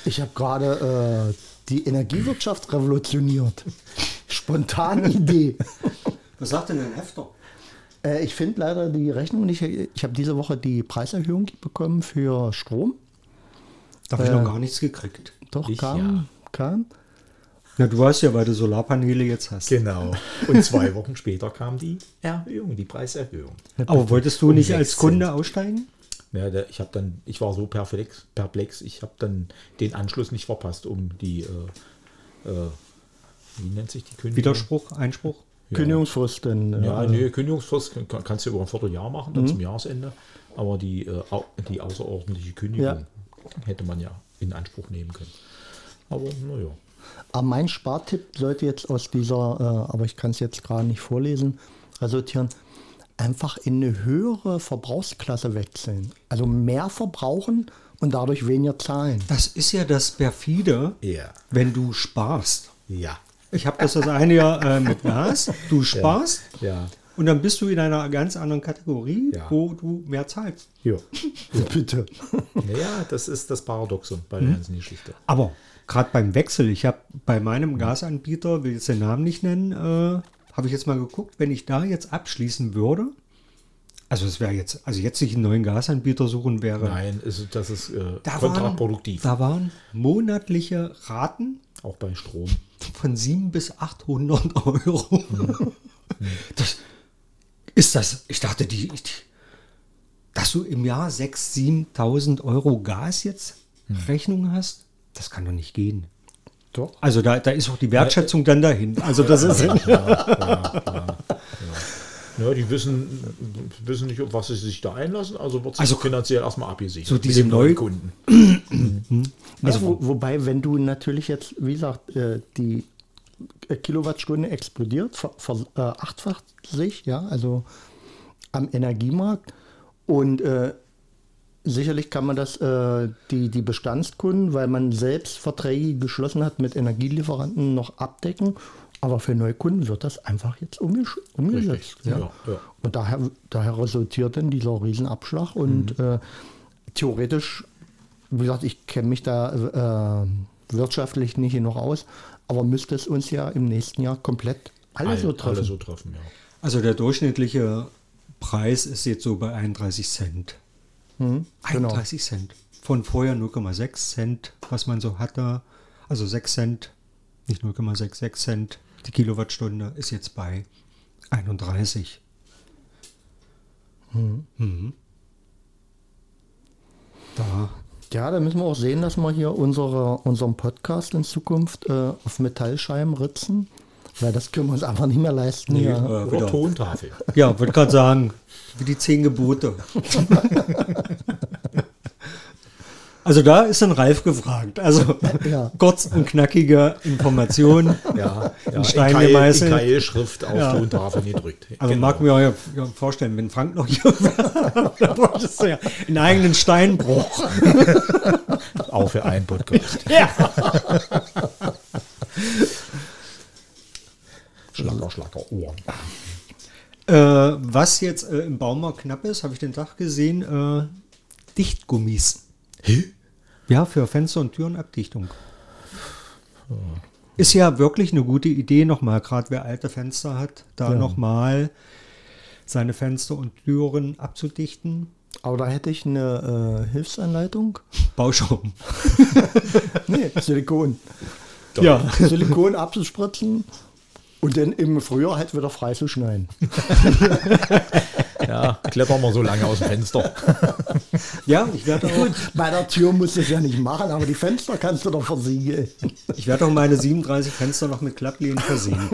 [SPEAKER 1] Ich habe gerade äh, die Energiewirtschaft revolutioniert. Spontane Idee.
[SPEAKER 4] Was sagt denn ein Hefter?
[SPEAKER 1] Äh, ich finde leider die Rechnung nicht. Ich habe diese Woche die Preiserhöhung bekommen für Strom.
[SPEAKER 4] Da habe ich noch gar nichts gekriegt.
[SPEAKER 1] Doch,
[SPEAKER 3] Ich,
[SPEAKER 1] kam,
[SPEAKER 3] ja.
[SPEAKER 1] kam.
[SPEAKER 4] Ja, du weißt ja, weil du Solarpaneele jetzt hast.
[SPEAKER 3] Genau. Und zwei Wochen später kam die Erhöhung, die Preiserhöhung.
[SPEAKER 4] Aber wolltest du
[SPEAKER 3] Um
[SPEAKER 4] nicht
[SPEAKER 3] sechs
[SPEAKER 4] als Kunde aussteigen?
[SPEAKER 3] Ja, der, ich habe dann, ich war so perplex, perplex ich habe dann den Anschluss nicht verpasst, um die, äh, äh, wie nennt sich die Kündigung?
[SPEAKER 4] Widerspruch, Einspruch?
[SPEAKER 3] Ja.
[SPEAKER 1] Kündigungsfrist. Denn,
[SPEAKER 3] Ja, also- Mhm.
[SPEAKER 1] äh,
[SPEAKER 3] nee, Kündigungsfrist kann- kann, kannst du über ein Vierteljahr machen, dann zum Jahresende. Aber die, äh, au- die außerordentliche Kündigung
[SPEAKER 1] Ja.
[SPEAKER 3] hätte man ja in Anspruch nehmen können. Aber naja.
[SPEAKER 1] Aber mein Spartipp sollte jetzt aus dieser, äh, aber ich kann es jetzt gerade nicht vorlesen, resultieren. Einfach in eine höhere Verbrauchsklasse wechseln. Also mehr verbrauchen und dadurch weniger zahlen.
[SPEAKER 4] Das ist ja das perfide,
[SPEAKER 3] Ja.
[SPEAKER 4] wenn du sparst.
[SPEAKER 3] Ja.
[SPEAKER 4] Ich habe das das eine Jahr äh, mit Gas. Du sparst
[SPEAKER 3] Ja.
[SPEAKER 4] und dann bist du in einer ganz anderen Kategorie,
[SPEAKER 3] Ja.
[SPEAKER 4] wo du mehr zahlst.
[SPEAKER 3] Ja.
[SPEAKER 1] Bitte.
[SPEAKER 3] Naja, das ist das Paradoxon bei der ganzen Geschichte.
[SPEAKER 4] Aber gerade beim Wechsel, ich habe bei meinem Gasanbieter, will jetzt den Namen nicht nennen, äh, habe ich jetzt mal geguckt, wenn ich da jetzt abschließen würde, also es wäre jetzt, also jetzt sich einen neuen Gasanbieter suchen wäre
[SPEAKER 3] Nein, ist, das ist äh,
[SPEAKER 4] da
[SPEAKER 3] kontraproduktiv.
[SPEAKER 4] Waren, da waren monatliche Raten
[SPEAKER 3] auch bei Strom.
[SPEAKER 4] von 700 bis 800 Euro. Das ist das, ich dachte, die, die, dass du im Jahr 6.000, 7.000 Euro Gas jetzt Rechnung hast, das kann doch nicht gehen.
[SPEAKER 3] Doch.
[SPEAKER 4] Also da, da ist auch die Wertschätzung dann dahin. Also das ist
[SPEAKER 3] Ja, Ne, die wissen, wissen nicht, auf was sie sich da einlassen, also wird sich
[SPEAKER 4] Also-
[SPEAKER 3] finanziell erstmal abgesichert.
[SPEAKER 4] So
[SPEAKER 3] mit
[SPEAKER 4] diese
[SPEAKER 3] den
[SPEAKER 4] Neu-
[SPEAKER 3] neuen Kunden.
[SPEAKER 1] Also wo, wobei, wenn du natürlich jetzt, wie gesagt, äh, die äh, Kilowattstunde explodiert, ver, ver, äh, achtfacht sich, ja, also am Energiemarkt. Und äh, sicherlich kann man das, äh, die, die Bestandskunden, weil man selbst Verträge geschlossen hat mit Energielieferanten, noch abdecken. Aber für Neukunden wird das einfach jetzt umgesch- umgesetzt.
[SPEAKER 3] Richtig,
[SPEAKER 1] Ja.
[SPEAKER 3] ja, ja.
[SPEAKER 1] Und daher, daher resultiert dann dieser Riesenabschlag.
[SPEAKER 4] Mhm.
[SPEAKER 1] Und äh, theoretisch, wie gesagt, ich kenne mich da äh, wirtschaftlich nicht genug aus, aber müsste es uns ja im nächsten Jahr komplett alle so
[SPEAKER 3] Alle-
[SPEAKER 1] treffen.
[SPEAKER 3] Alle so treffen, ja.
[SPEAKER 4] Also der durchschnittliche Preis ist jetzt so bei 31 Cent.
[SPEAKER 1] Hm, genau.
[SPEAKER 4] 31 Cent. Von vorher 0,6 Cent, was man so hatte. Also 6 Cent, nicht 0,6, 6 Cent. Die Kilowattstunde ist jetzt bei 31. Mhm. Da.
[SPEAKER 1] Ja, da müssen wir auch sehen, dass wir hier unsere, unseren Podcast in Zukunft äh, auf Metallscheiben ritzen, weil das können wir uns einfach nicht mehr leisten.
[SPEAKER 4] Nee,
[SPEAKER 1] ja.
[SPEAKER 4] äh,
[SPEAKER 3] Oder
[SPEAKER 4] wieder.
[SPEAKER 3] Tontafel.
[SPEAKER 4] Ja, würde gerade sagen, wie die zehn Gebote. Also da ist dann Ralf gefragt. Also
[SPEAKER 1] Ja.
[SPEAKER 4] kurz und knackige Informationen.
[SPEAKER 3] Ja,
[SPEAKER 4] Ein Stein gemeißelt.
[SPEAKER 3] schrift auf
[SPEAKER 4] Ja.
[SPEAKER 3] Tontafel Genau. gedrückt.
[SPEAKER 4] Also mag mir euch ja vorstellen, wenn Frank noch hier wäre, dann bräuchtest du ja einen eigenen Steinbruch.
[SPEAKER 3] Auch für einen Podcast.
[SPEAKER 4] Ja.
[SPEAKER 3] Schlacker, Schlacker, Ohren.
[SPEAKER 4] Äh, was jetzt äh, im Baumarkt knapp ist, habe ich den Tag gesehen, äh, Dichtgummis. Ja, für Fenster und Türenabdichtung. Ist ja wirklich eine gute Idee nochmal, gerade wer alte Fenster hat, da nochmal seine Fenster und Türen abzudichten.
[SPEAKER 1] Aber da hätte ich eine äh, Hilfsanleitung.
[SPEAKER 4] Bauschaum.
[SPEAKER 1] Nee, Silikon.
[SPEAKER 4] Ja.
[SPEAKER 1] Silikon abzuspritzen und dann im Frühjahr halt wieder freizuschneiden.
[SPEAKER 3] Ja, kleppern wir so lange aus dem Fenster.
[SPEAKER 4] Ja, ich werde auch,
[SPEAKER 1] Bei der Tür musst du es ja nicht machen, aber die Fenster kannst du doch versiegeln.
[SPEAKER 4] ich werde auch meine 37 Fenster noch mit Klapplehnen versehen.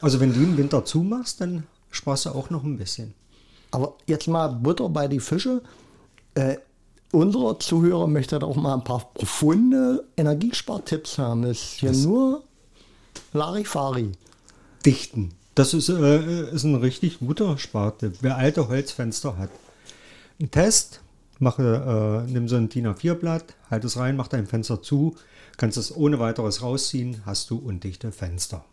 [SPEAKER 4] also wenn du im Winter zumachst, dann sparst du auch noch ein bisschen.
[SPEAKER 1] Aber jetzt mal Butter bei die Fische. Äh, unsere Zuhörer möchten auch mal ein paar profunde Energiespartipps haben. Das ist hier nur Larifari.
[SPEAKER 4] dichten. Das ist, äh, ist ein richtig guter Spartipp. Wer alte Holzfenster hat. Ein Test, mache, äh, nimm so ein DIN A4-Blatt, halt es rein, mach dein Fenster zu, kannst es ohne weiteres rausziehen, hast du undichte Fenster.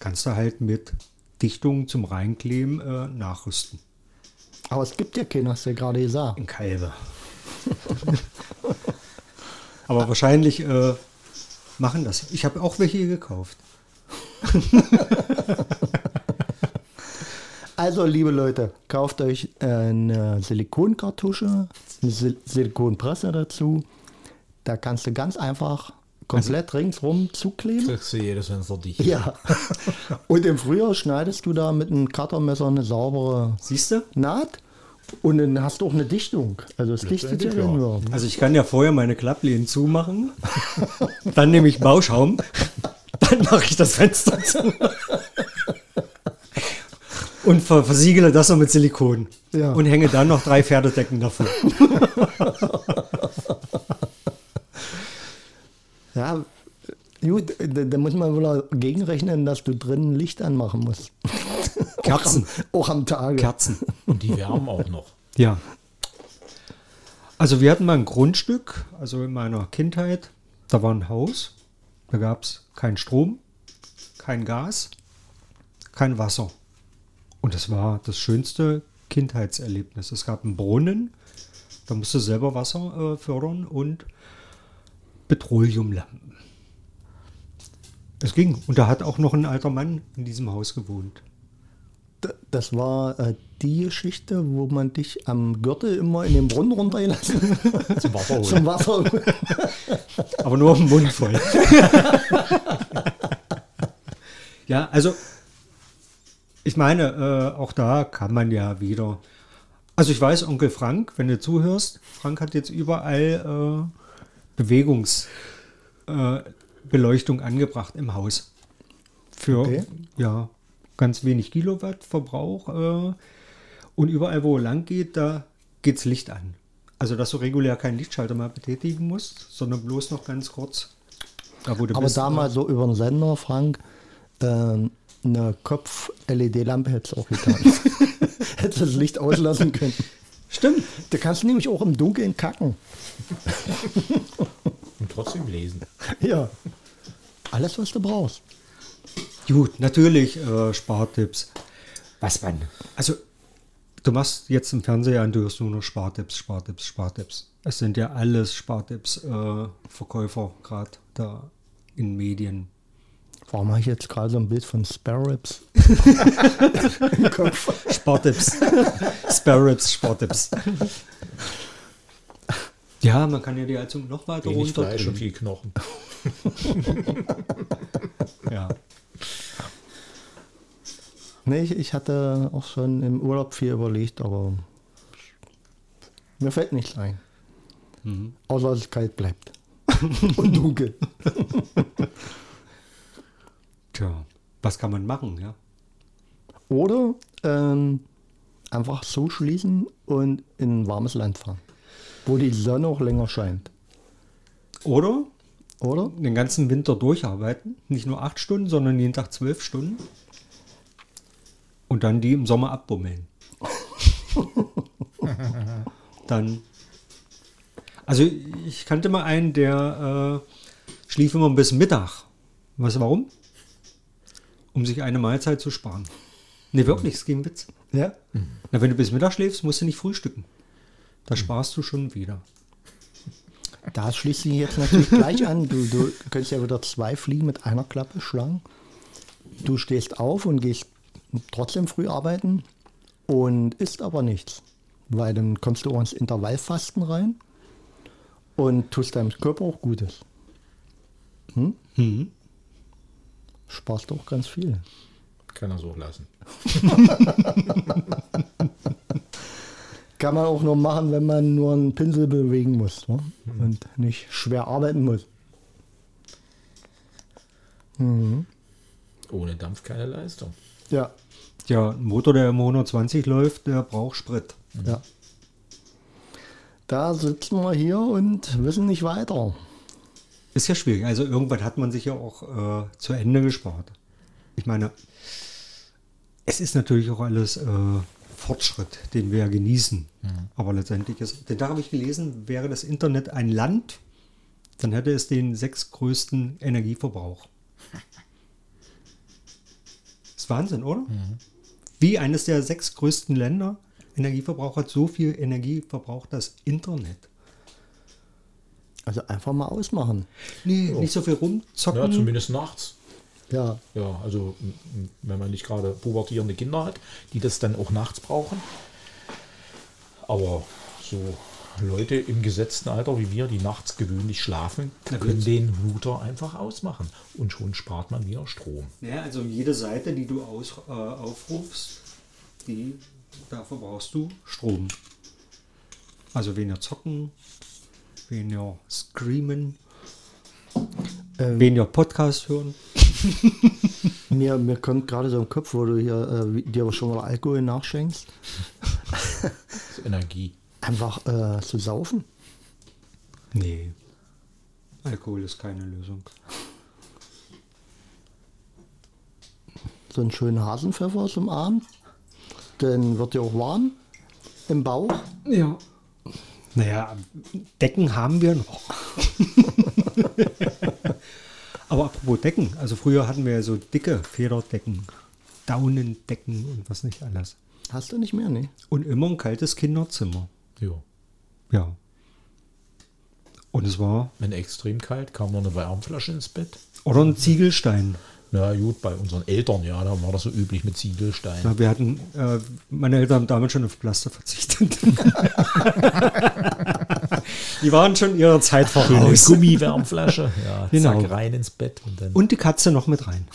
[SPEAKER 4] Kannst du halt mit Dichtung zum Reinkleben äh, nachrüsten.
[SPEAKER 1] Aber es gibt ja keinen, hast du ja gerade gesagt.
[SPEAKER 4] Ein Kalbe. Aber wahrscheinlich äh, machen das. Ich habe auch welche gekauft.
[SPEAKER 1] Also, liebe Leute, kauft euch äh, eine Silikonkartusche, eine Sil Silikonpresse dazu. Da kannst du ganz einfach komplett ringsrum zukleben.
[SPEAKER 3] Kriegst du jedes Fenster dicht.
[SPEAKER 1] Ja. Und im Frühjahr schneidest du da mit einem Cuttermesser eine saubere
[SPEAKER 4] Siehst du?
[SPEAKER 1] Naht und dann hast du auch eine Dichtung. Also es dichtet ja
[SPEAKER 3] Letztendlich, ja.
[SPEAKER 1] dann nur.
[SPEAKER 4] Also ich kann ja vorher meine Klapplehnen zumachen, dann nehme ich Bauschaum, dann mache ich das Fenster zu und ver versiegele das noch mit Silikon
[SPEAKER 1] Ja.
[SPEAKER 4] und hänge dann noch drei Pferdedecken davor.
[SPEAKER 1] Ja, gut, da, da muss man wohl gegenrechnen, dass du drinnen Licht anmachen musst.
[SPEAKER 4] Kerzen,
[SPEAKER 1] Auch am Tage.
[SPEAKER 4] Kerzen.
[SPEAKER 3] Und die wärmen auch noch.
[SPEAKER 4] Ja. Also wir hatten mal ein Grundstück, also in meiner Kindheit, da war ein Haus, da gab es keinen Strom, kein Gas, kein Wasser. Und das war das schönste Kindheitserlebnis. Es gab einen Brunnen, da musste selber Wasser äh, fördern und Petroleumlampen. Es ging. Und da hat auch noch ein alter Mann in diesem Haus gewohnt.
[SPEAKER 1] D- Das war äh, die Geschichte, wo man dich am Gürtel immer in den Brunnen runtergelassen hat
[SPEAKER 3] Zum Wasser holen.
[SPEAKER 1] zum Wasser.
[SPEAKER 4] aber nur auf den Mund voll. ja, also ich meine, äh, auch da kann man ja wieder. Also ich weiß, Onkel Frank, wenn du zuhörst, Frank hat jetzt überall äh, Bewegungsbeleuchtung äh, Beleuchtung angebracht im Haus. Für
[SPEAKER 1] Okay.
[SPEAKER 4] ja, ganz wenig Kilowatt Verbrauch. Äh, und überall, wo er lang geht, da geht's Licht an. Also, dass du regulär keinen Lichtschalter mehr betätigen musst, sondern bloß noch ganz kurz. Da, wo du
[SPEAKER 1] Aber
[SPEAKER 4] bist,
[SPEAKER 1] da
[SPEAKER 4] äh,
[SPEAKER 1] mal so über den Sender, Frank, ähm, eine E Kopf-LED-Lampe hätte es auch getan. hätte das Licht auslassen können.
[SPEAKER 4] Stimmt.
[SPEAKER 1] Da kannst du nämlich auch im Dunkeln kacken.
[SPEAKER 3] Und trotzdem lesen.
[SPEAKER 1] Ja. Alles, was du brauchst.
[SPEAKER 4] Gut, natürlich äh, Spartipps. Was man? Also, du machst jetzt im Fernseher an, du hörst nur noch Spartipps, Spartipps, Spartipps. Es sind ja alles Spartipps-Verkäufer gerade da in Medien.
[SPEAKER 1] Warum habe ich jetzt gerade so ein Bild von Spare Ribs?
[SPEAKER 4] Spartipps. Spartipps, Spartipps. Ja, man kann ja die Heizung noch weiter
[SPEAKER 3] Wenig Fleisch und
[SPEAKER 4] runterdrehen.
[SPEAKER 3] viel Knochen.
[SPEAKER 4] Ja.
[SPEAKER 1] Nee, ich, ich hatte auch schon im Urlaub viel überlegt, aber mir fällt nichts ein. Außer dass es kalt bleibt. Und dunkel.
[SPEAKER 4] Tja, was kann man machen, ja?
[SPEAKER 1] Oder ähm, einfach so schließen und in ein warmes Land fahren. Wo die Sonne auch länger scheint.
[SPEAKER 4] Oder
[SPEAKER 1] Oder?
[SPEAKER 4] den ganzen Winter durcharbeiten. Nicht nur acht Stunden, sondern jeden Tag zwölf Stunden. Und dann die im Sommer abbummeln. dann. Also ich kannte mal einen, der äh, schlief immer bis Mittag. Weißt du warum? Um sich eine Mahlzeit zu sparen. Ne, wirklich, es ging Witz.
[SPEAKER 1] Ja.
[SPEAKER 4] Na, wenn du bis Mittag schläfst, musst du nicht frühstücken. Da sparst du schon wieder.
[SPEAKER 1] Da schließt sich jetzt natürlich gleich an. Du, du könntest ja wieder zwei Fliegen mit einer Klappe schlagen. Du stehst auf und gehst trotzdem früh arbeiten und isst aber nichts. Weil dann kommst du auch ins Intervallfasten rein und tust deinem Körper auch Gutes. Hm? Sparst du auch ganz viel.
[SPEAKER 3] Kann er so lassen.
[SPEAKER 1] Kann man auch nur machen, wenn man nur einen Pinsel bewegen muss ne? und nicht schwer arbeiten muss.
[SPEAKER 3] Ohne Dampf keine Leistung.
[SPEAKER 1] Ja,
[SPEAKER 4] Ja, ein Motor, der immer 120 läuft, der braucht Sprit.
[SPEAKER 1] Ja. Da sitzen wir hier und wissen nicht weiter.
[SPEAKER 4] Ist ja schwierig. Also irgendwann hat man sich ja auch äh, zu Ende gespart. Ich meine, es ist natürlich auch alles äh, Fortschritt, den wir ja genießen.
[SPEAKER 3] Mhm.
[SPEAKER 4] Aber letztendlich ist, denn da habe ich gelesen, wäre das Internet ein Land, dann hätte es den sechstgrößten Energieverbrauch. Ist Wahnsinn, oder?
[SPEAKER 3] Mhm.
[SPEAKER 4] Wie eines der sechs größten Länder Energieverbrauch hat, so viel Energie verbraucht das Internet.
[SPEAKER 1] Also einfach mal ausmachen.
[SPEAKER 4] Nee, nicht so viel rumzocken.
[SPEAKER 3] Oh. Ja, Ne, zumindest nachts.
[SPEAKER 1] Ja,
[SPEAKER 3] Ja, also m- m- wenn man nicht gerade pubertierende Kinder hat, die das dann auch nachts brauchen. Aber so Leute im gesetzten Alter wie wir, die nachts gewöhnlich schlafen,
[SPEAKER 4] Na
[SPEAKER 3] können
[SPEAKER 4] gut.
[SPEAKER 3] den Router einfach ausmachen. Und schon spart man wieder Strom.
[SPEAKER 4] Naja, also jede Seite, die du aus, äh, aufrufst, die, dafür brauchst du Strom. Also weniger zocken, weniger screamen,
[SPEAKER 1] Ähm.
[SPEAKER 4] weniger Podcast hören.
[SPEAKER 1] mir, mir kommt gerade so im Kopf, wo du hier äh, wie- dir schon mal Alkohol nachschenkst,
[SPEAKER 3] Das ist Energie.
[SPEAKER 1] einfach äh, zu saufen.
[SPEAKER 4] Nee. Alkohol ist keine Lösung.
[SPEAKER 1] So einen schönen Hasenpfeffer zum Abend. Dann wird dir auch warm im Bauch.
[SPEAKER 4] Ja. Naja, Decken haben wir noch. Aber apropos Decken, also früher hatten wir ja so dicke Federdecken, Daunendecken und was nicht alles.
[SPEAKER 1] Hast du nicht mehr, ne?
[SPEAKER 4] Und immer ein kaltes Kinderzimmer.
[SPEAKER 3] Ja.
[SPEAKER 4] Ja. Und es war.
[SPEAKER 3] Wenn extrem kalt, kam noch eine Wärmflasche ins Bett.
[SPEAKER 4] Oder ein Ziegelstein.
[SPEAKER 3] Na gut, bei unseren Eltern, ja, da war das so üblich mit Ziegelsteinen.
[SPEAKER 4] Ja, wir hatten, äh, meine Eltern haben damit schon auf Plaster verzichtet. die waren schon ihrer Zeit
[SPEAKER 3] Schöne
[SPEAKER 4] voraus.
[SPEAKER 3] Gummiwärmflasche. Ja,
[SPEAKER 4] Genau.
[SPEAKER 3] zack, rein ins Bett und dann.
[SPEAKER 4] Und die Katze noch mit rein.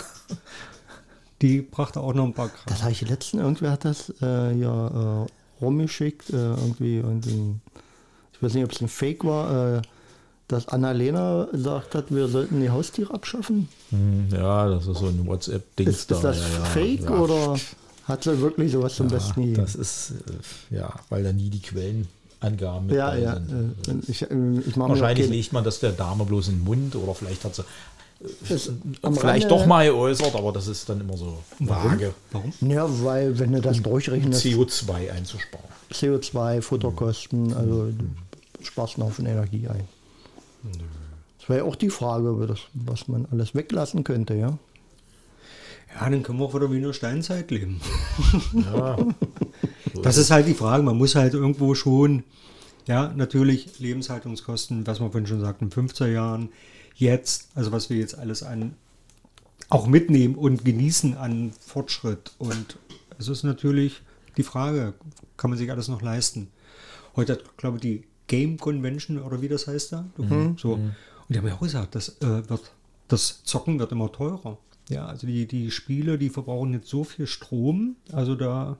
[SPEAKER 4] Die brachte auch noch ein paar Gramm.
[SPEAKER 1] Das habe ich letztens, irgendwer hat das äh, ja äh, rumgeschickt, äh, irgendwie, und ein, ich weiß nicht, ob es ein Fake war, äh, dass Annalena gesagt hat, wir sollten die Haustiere abschaffen.
[SPEAKER 3] Hm, Ja, das ist so ein WhatsApp-Ding.
[SPEAKER 1] Ist, ist das
[SPEAKER 3] ja, ja,
[SPEAKER 1] Fake
[SPEAKER 3] ja.
[SPEAKER 1] oder hat sie wirklich sowas zum
[SPEAKER 3] Ja,
[SPEAKER 1] Besten gegeben?
[SPEAKER 3] Das ist, äh, ja, weil da nie die Quellenangaben mit
[SPEAKER 1] ja,
[SPEAKER 3] bei
[SPEAKER 1] ja.
[SPEAKER 3] sind.
[SPEAKER 1] äh, und Ich, äh, ich mache
[SPEAKER 3] Wahrscheinlich legt man das der Dame bloß in den Mund oder vielleicht hat sie äh,
[SPEAKER 1] am
[SPEAKER 3] vielleicht
[SPEAKER 1] Rande-
[SPEAKER 3] doch mal geäußert, aber das ist dann immer so vage,
[SPEAKER 4] Warum?
[SPEAKER 1] Ja, weil wenn du das durchrechnest,
[SPEAKER 3] CO2 einzusparen. Hm.
[SPEAKER 1] CO2, Futterkosten, also du sparst einen Haufen Energie ein. Das wäre ja auch die Frage, über das, was man alles weglassen könnte, ja.
[SPEAKER 4] Ja, dann können wir auch wieder wie in der Steinzeit leben.
[SPEAKER 3] Ja.
[SPEAKER 4] Das ist halt die Frage. Man muss halt irgendwo schon, ja, natürlich Lebenshaltungskosten, was man vorhin schon sagte, in 15 Jahren, jetzt, also was wir jetzt alles an, auch mitnehmen und genießen an Fortschritt. Und es ist natürlich die Frage, kann man sich alles noch leisten? Heute hat, glaube ich, die Game Convention oder wie das heißt da. So. Und die haben ja auch gesagt, das, äh, wird, das Zocken wird immer teurer. Ja, also die, die Spiele, die verbrauchen jetzt so viel Strom. Also da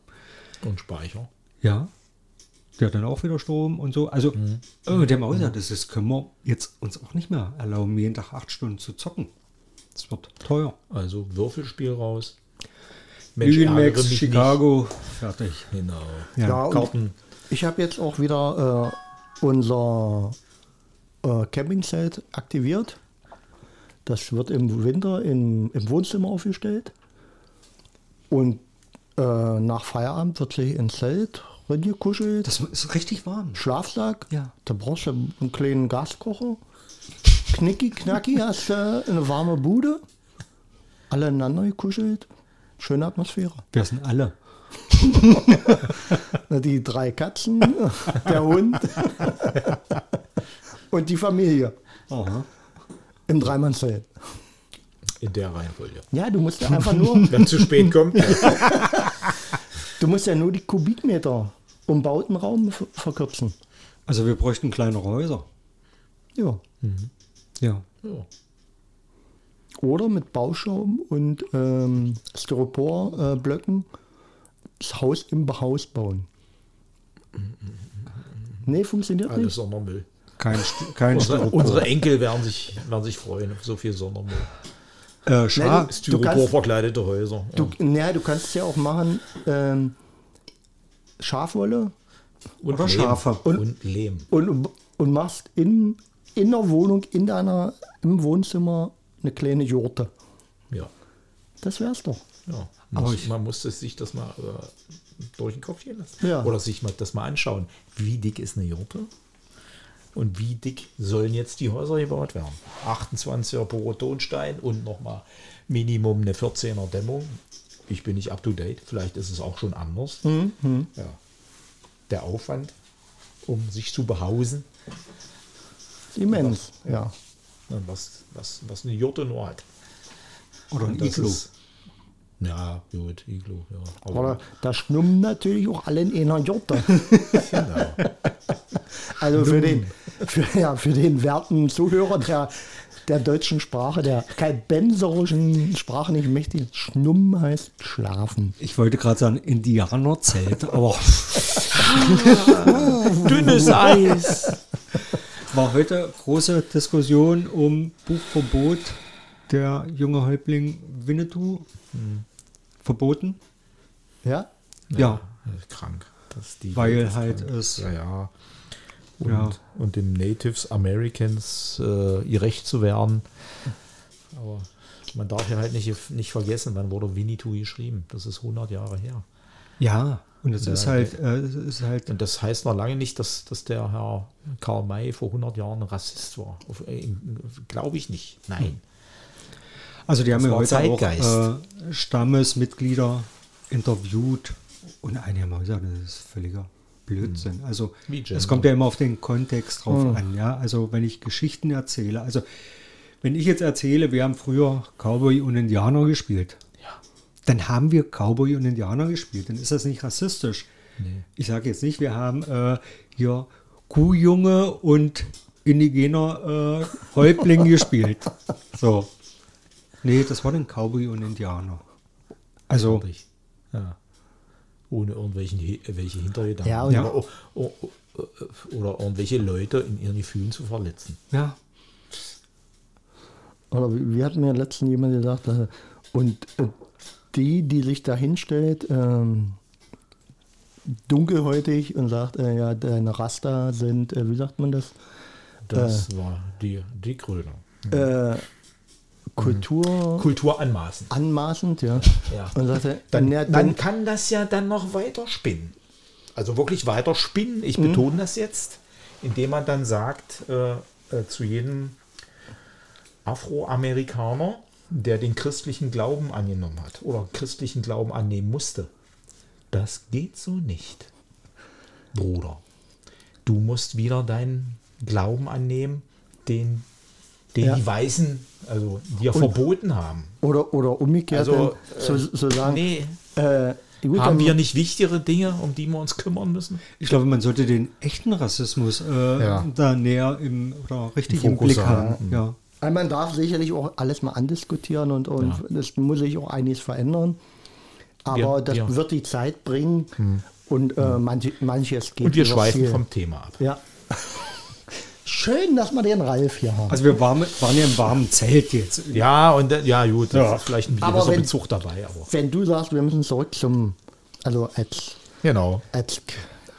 [SPEAKER 3] Und Speicher.
[SPEAKER 4] ja. Der hat dann auch wieder Strom und so. Also, äh, der Mauser, das ist, können wir jetzt uns auch nicht mehr erlauben, jeden Tag acht Stunden zu zocken. Das wird teuer.
[SPEAKER 3] Also Würfelspiel raus. ärgere
[SPEAKER 4] Max,
[SPEAKER 3] mich
[SPEAKER 4] Chicago, fertig.
[SPEAKER 3] Nicht. Genau.
[SPEAKER 4] Ja,
[SPEAKER 1] Ja, und
[SPEAKER 3] Karten.
[SPEAKER 1] Ich habe jetzt auch wieder äh, unser äh, Campingzelt aktiviert. Das wird im Winter im, im Wohnzimmer aufgestellt. Und äh, nach Feierabend wird sich ins Zelt reingekuschelt.
[SPEAKER 4] Das ist richtig warm.
[SPEAKER 1] Schlafsack.
[SPEAKER 4] Ja.
[SPEAKER 1] Da brauchst du einen kleinen Gaskocher. Knicki, knacki hast du eine warme Bude. Alle ineinander gekuschelt. Schöne Atmosphäre.
[SPEAKER 4] Wer sind alle?
[SPEAKER 1] Na, Die drei Katzen, der Hund und die Familie
[SPEAKER 4] Aha.
[SPEAKER 1] im Dreimannszelt.
[SPEAKER 3] In der Reihenfolge.
[SPEAKER 1] Ja, du musst ja einfach nur,
[SPEAKER 3] Wer zu spät kommt,
[SPEAKER 1] du musst ja nur die Kubikmeter umbauten Raum ver- verkürzen.
[SPEAKER 4] Also, wir bräuchten kleinere Häuser.
[SPEAKER 1] Ja.
[SPEAKER 4] Ja.
[SPEAKER 3] ja.
[SPEAKER 1] Oder mit Bauschaum und ähm, Styroporblöcken äh, Blöcken das Haus im Haus bauen. Nee, funktioniert
[SPEAKER 3] alles
[SPEAKER 1] nicht.
[SPEAKER 3] Sondermüll.
[SPEAKER 4] Kein, St- kein
[SPEAKER 3] Unsere,
[SPEAKER 4] Styropor.
[SPEAKER 3] unsere Enkel werden sich, werden sich freuen auf so viel Sondermüll.
[SPEAKER 4] äh,
[SPEAKER 1] Nein,
[SPEAKER 4] Schra
[SPEAKER 1] du-
[SPEAKER 3] Styropor
[SPEAKER 1] kannst-
[SPEAKER 3] verkleidete Häuser.
[SPEAKER 1] Du, naja, du kannst es ja auch machen, ähm, Schafwolle
[SPEAKER 3] und
[SPEAKER 4] oder Schafe.
[SPEAKER 3] Und, und Lehm.
[SPEAKER 1] und, und machst in, in der Wohnung, in deiner, im Wohnzimmer eine kleine Jurte.
[SPEAKER 3] Ja.
[SPEAKER 1] Das wär's doch.
[SPEAKER 3] ja.
[SPEAKER 4] Aber
[SPEAKER 3] Muss,
[SPEAKER 4] ich-
[SPEAKER 3] man muss es sich das mal äh, durch den Kopf gehen lassen.
[SPEAKER 1] Ja.
[SPEAKER 3] Oder sich mal das mal anschauen. Wie dick ist eine Jurte? Und wie dick sollen jetzt die Häuser gebaut werden? 28er Porotonstein und nochmal Minimum eine 14er Dämmung. Ich bin nicht up to date. Vielleicht ist es auch schon anders. Ja. Der Aufwand, um sich zu behausen,
[SPEAKER 1] Immens, ja.
[SPEAKER 3] Und ne, was, was, was eine Jurte nur hat.
[SPEAKER 4] Oder ein
[SPEAKER 3] Und das
[SPEAKER 4] Iglo.
[SPEAKER 3] ist- Ja, gut, Iglo, ja. Aber
[SPEAKER 1] Aber da schnummen natürlich auch alle in einer Jurte.
[SPEAKER 3] genau.
[SPEAKER 1] Also für den, für, ja, für den werten Zuhörer der, der deutschen Sprache, der kalbenserischen Sprache nicht mächtig, ist, Schnummen heißt schlafen.
[SPEAKER 4] Ich wollte gerade sagen, Indianerzelt, aber
[SPEAKER 3] Dünnes Eis.
[SPEAKER 4] war heute große Diskussion um Buchverbot. Der junge Häuptling Winnetou verboten.
[SPEAKER 1] Ja?
[SPEAKER 4] Hm. Ja,
[SPEAKER 3] Äh, Krank. Dass die
[SPEAKER 4] weil
[SPEAKER 3] das
[SPEAKER 4] halt
[SPEAKER 3] krank.
[SPEAKER 4] es.
[SPEAKER 3] Ja, ja. Und,
[SPEAKER 4] Ja.
[SPEAKER 3] und den Natives Americans äh, ihr Recht zu werden. Aber man darf ja halt nicht, nicht vergessen, wann wurde Winnetou geschrieben. Das ist 100 Jahre her.
[SPEAKER 4] Ja, und es ist
[SPEAKER 3] Ja,
[SPEAKER 4] halt, äh, es ist halt,
[SPEAKER 3] Und das heißt noch lange nicht, dass, dass der Herr Karl May vor 100 Jahren ein Rassist war. Auf- äh, Glaube ich nicht. Nein.
[SPEAKER 4] also die haben
[SPEAKER 3] das
[SPEAKER 4] ja
[SPEAKER 3] war
[SPEAKER 4] heute auch
[SPEAKER 3] Zeitgeist.
[SPEAKER 4] äh, Stammesmitglieder interviewt und einige haben auch gesagt, das ist völliger Blödsinn. Also
[SPEAKER 3] Hm. Wie
[SPEAKER 4] es
[SPEAKER 3] Gender. Hm.
[SPEAKER 4] kommt ja immer auf den Kontext drauf an, ja. Also wenn ich Geschichten erzähle, also wenn ich jetzt erzähle, wir haben früher Cowboy und Indianer gespielt, dann haben wir Cowboy und Indianer gespielt. Dann ist das nicht rassistisch. Ich sage jetzt nicht, wir haben äh, hier Kuhjunge und indigener äh, Häuptling gespielt. So. Nee, das war dann Cowboy und Indianer. Also,
[SPEAKER 3] Fertig. Ja. Ohne irgendwelchen Hi- äh, welche Hintergedanken.
[SPEAKER 1] Ja, und-
[SPEAKER 3] oder, oh, o- o- o- äh, oder irgendwelche Leute in ihren Gefühlen zu verletzen.
[SPEAKER 4] ja.
[SPEAKER 1] Oder wie, wie hat mir letztens jemand gesagt, äh, und äh, die, die sich da hinstellt, ähm, dunkelhäutig und sagt, äh, ja, deine Raster sind, äh, wie sagt man das,
[SPEAKER 3] Das war die, die Krönung.
[SPEAKER 1] äh, Kultur
[SPEAKER 3] Kultur anmaßen.
[SPEAKER 1] anmaßend, ja.
[SPEAKER 3] Mhm. Ja.
[SPEAKER 1] Und sagte,
[SPEAKER 3] Dann,
[SPEAKER 1] na,
[SPEAKER 3] man kann das ja dann noch weiter spinnen. Also wirklich weiter spinnen. Ich betone das jetzt, indem man dann sagt äh, äh, zu jedem Afroamerikaner, der den christlichen Glauben angenommen hat oder christlichen Glauben annehmen musste. Das geht so nicht, Bruder. Du musst wieder deinen Glauben annehmen, den, den
[SPEAKER 1] Ja.
[SPEAKER 3] die Weißen, also dir verboten haben.
[SPEAKER 1] Oder, oder umgekehrt,
[SPEAKER 3] Also,
[SPEAKER 1] dann so, so sagen,
[SPEAKER 3] Nee,
[SPEAKER 1] äh, gut,
[SPEAKER 3] haben
[SPEAKER 1] dann-
[SPEAKER 3] wir nicht wichtigere Dinge, um die wir uns kümmern müssen?
[SPEAKER 4] Ich glaube, man sollte den echten Rassismus äh, da näher im oder richtig im
[SPEAKER 3] Fokus
[SPEAKER 4] Blick
[SPEAKER 3] haben.
[SPEAKER 4] haben. Ja.
[SPEAKER 1] Also Man darf sicherlich auch alles mal andiskutieren und, und
[SPEAKER 3] Ja.
[SPEAKER 1] es muss sich auch einiges verändern. Aber
[SPEAKER 3] Wir-
[SPEAKER 1] das
[SPEAKER 3] wir- Hm.
[SPEAKER 1] wird die Zeit bringen und äh, manche, manches geht
[SPEAKER 3] Und wir
[SPEAKER 1] über
[SPEAKER 3] schweifen
[SPEAKER 1] viel.
[SPEAKER 3] vom Thema ab.
[SPEAKER 1] Ja. Schön, dass wir den Ralf hier haben.
[SPEAKER 4] Also wir waren, waren ja im warmen Zelt jetzt.
[SPEAKER 3] Ja, und äh, ja, gut, das
[SPEAKER 4] Ja.
[SPEAKER 3] ist vielleicht ein
[SPEAKER 1] Aber
[SPEAKER 3] gewisser
[SPEAKER 1] wenn-
[SPEAKER 3] Bezug dabei, aber.
[SPEAKER 1] Wenn du sagst, wir müssen zurück zum, also als,
[SPEAKER 3] Genau.
[SPEAKER 1] als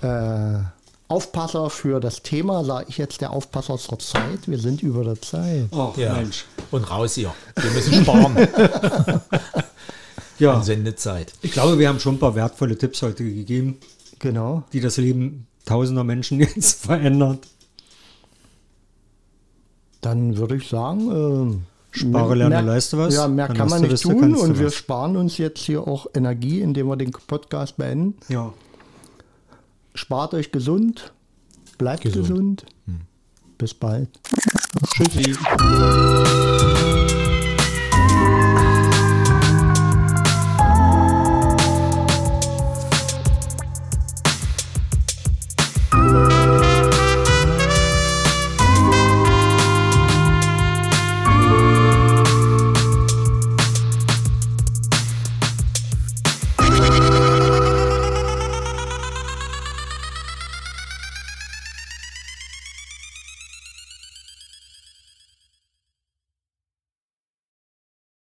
[SPEAKER 1] äh, Aufpasser für das Thema, sage ich jetzt der Aufpasser zur Zeit. Wir sind über der Zeit.
[SPEAKER 4] Ach
[SPEAKER 3] Ja.
[SPEAKER 4] Mensch.
[SPEAKER 3] Und raus hier. Wir müssen sparen
[SPEAKER 4] Ja.
[SPEAKER 3] an Sendezeit.
[SPEAKER 4] Ich glaube, wir haben schon ein paar wertvolle Tipps heute gegeben,
[SPEAKER 1] Genau.
[SPEAKER 4] die das Leben tausender Menschen jetzt verändert.
[SPEAKER 1] Dann würde ich sagen, ähm,
[SPEAKER 4] Spare, lerne, leiste was.
[SPEAKER 1] Ja, mehr
[SPEAKER 4] Dann
[SPEAKER 1] kann
[SPEAKER 4] hast
[SPEAKER 1] man
[SPEAKER 4] du
[SPEAKER 1] nicht
[SPEAKER 4] was, du
[SPEAKER 1] tun
[SPEAKER 4] kannst du
[SPEAKER 1] und wir
[SPEAKER 4] was.
[SPEAKER 1] sparen uns jetzt hier auch Energie, indem wir den Podcast beenden.
[SPEAKER 4] Ja.
[SPEAKER 1] Spart euch gesund,
[SPEAKER 4] Hm.
[SPEAKER 1] bleibt gesund.
[SPEAKER 3] Gesund.
[SPEAKER 1] Bis bald.
[SPEAKER 4] Tschüssi.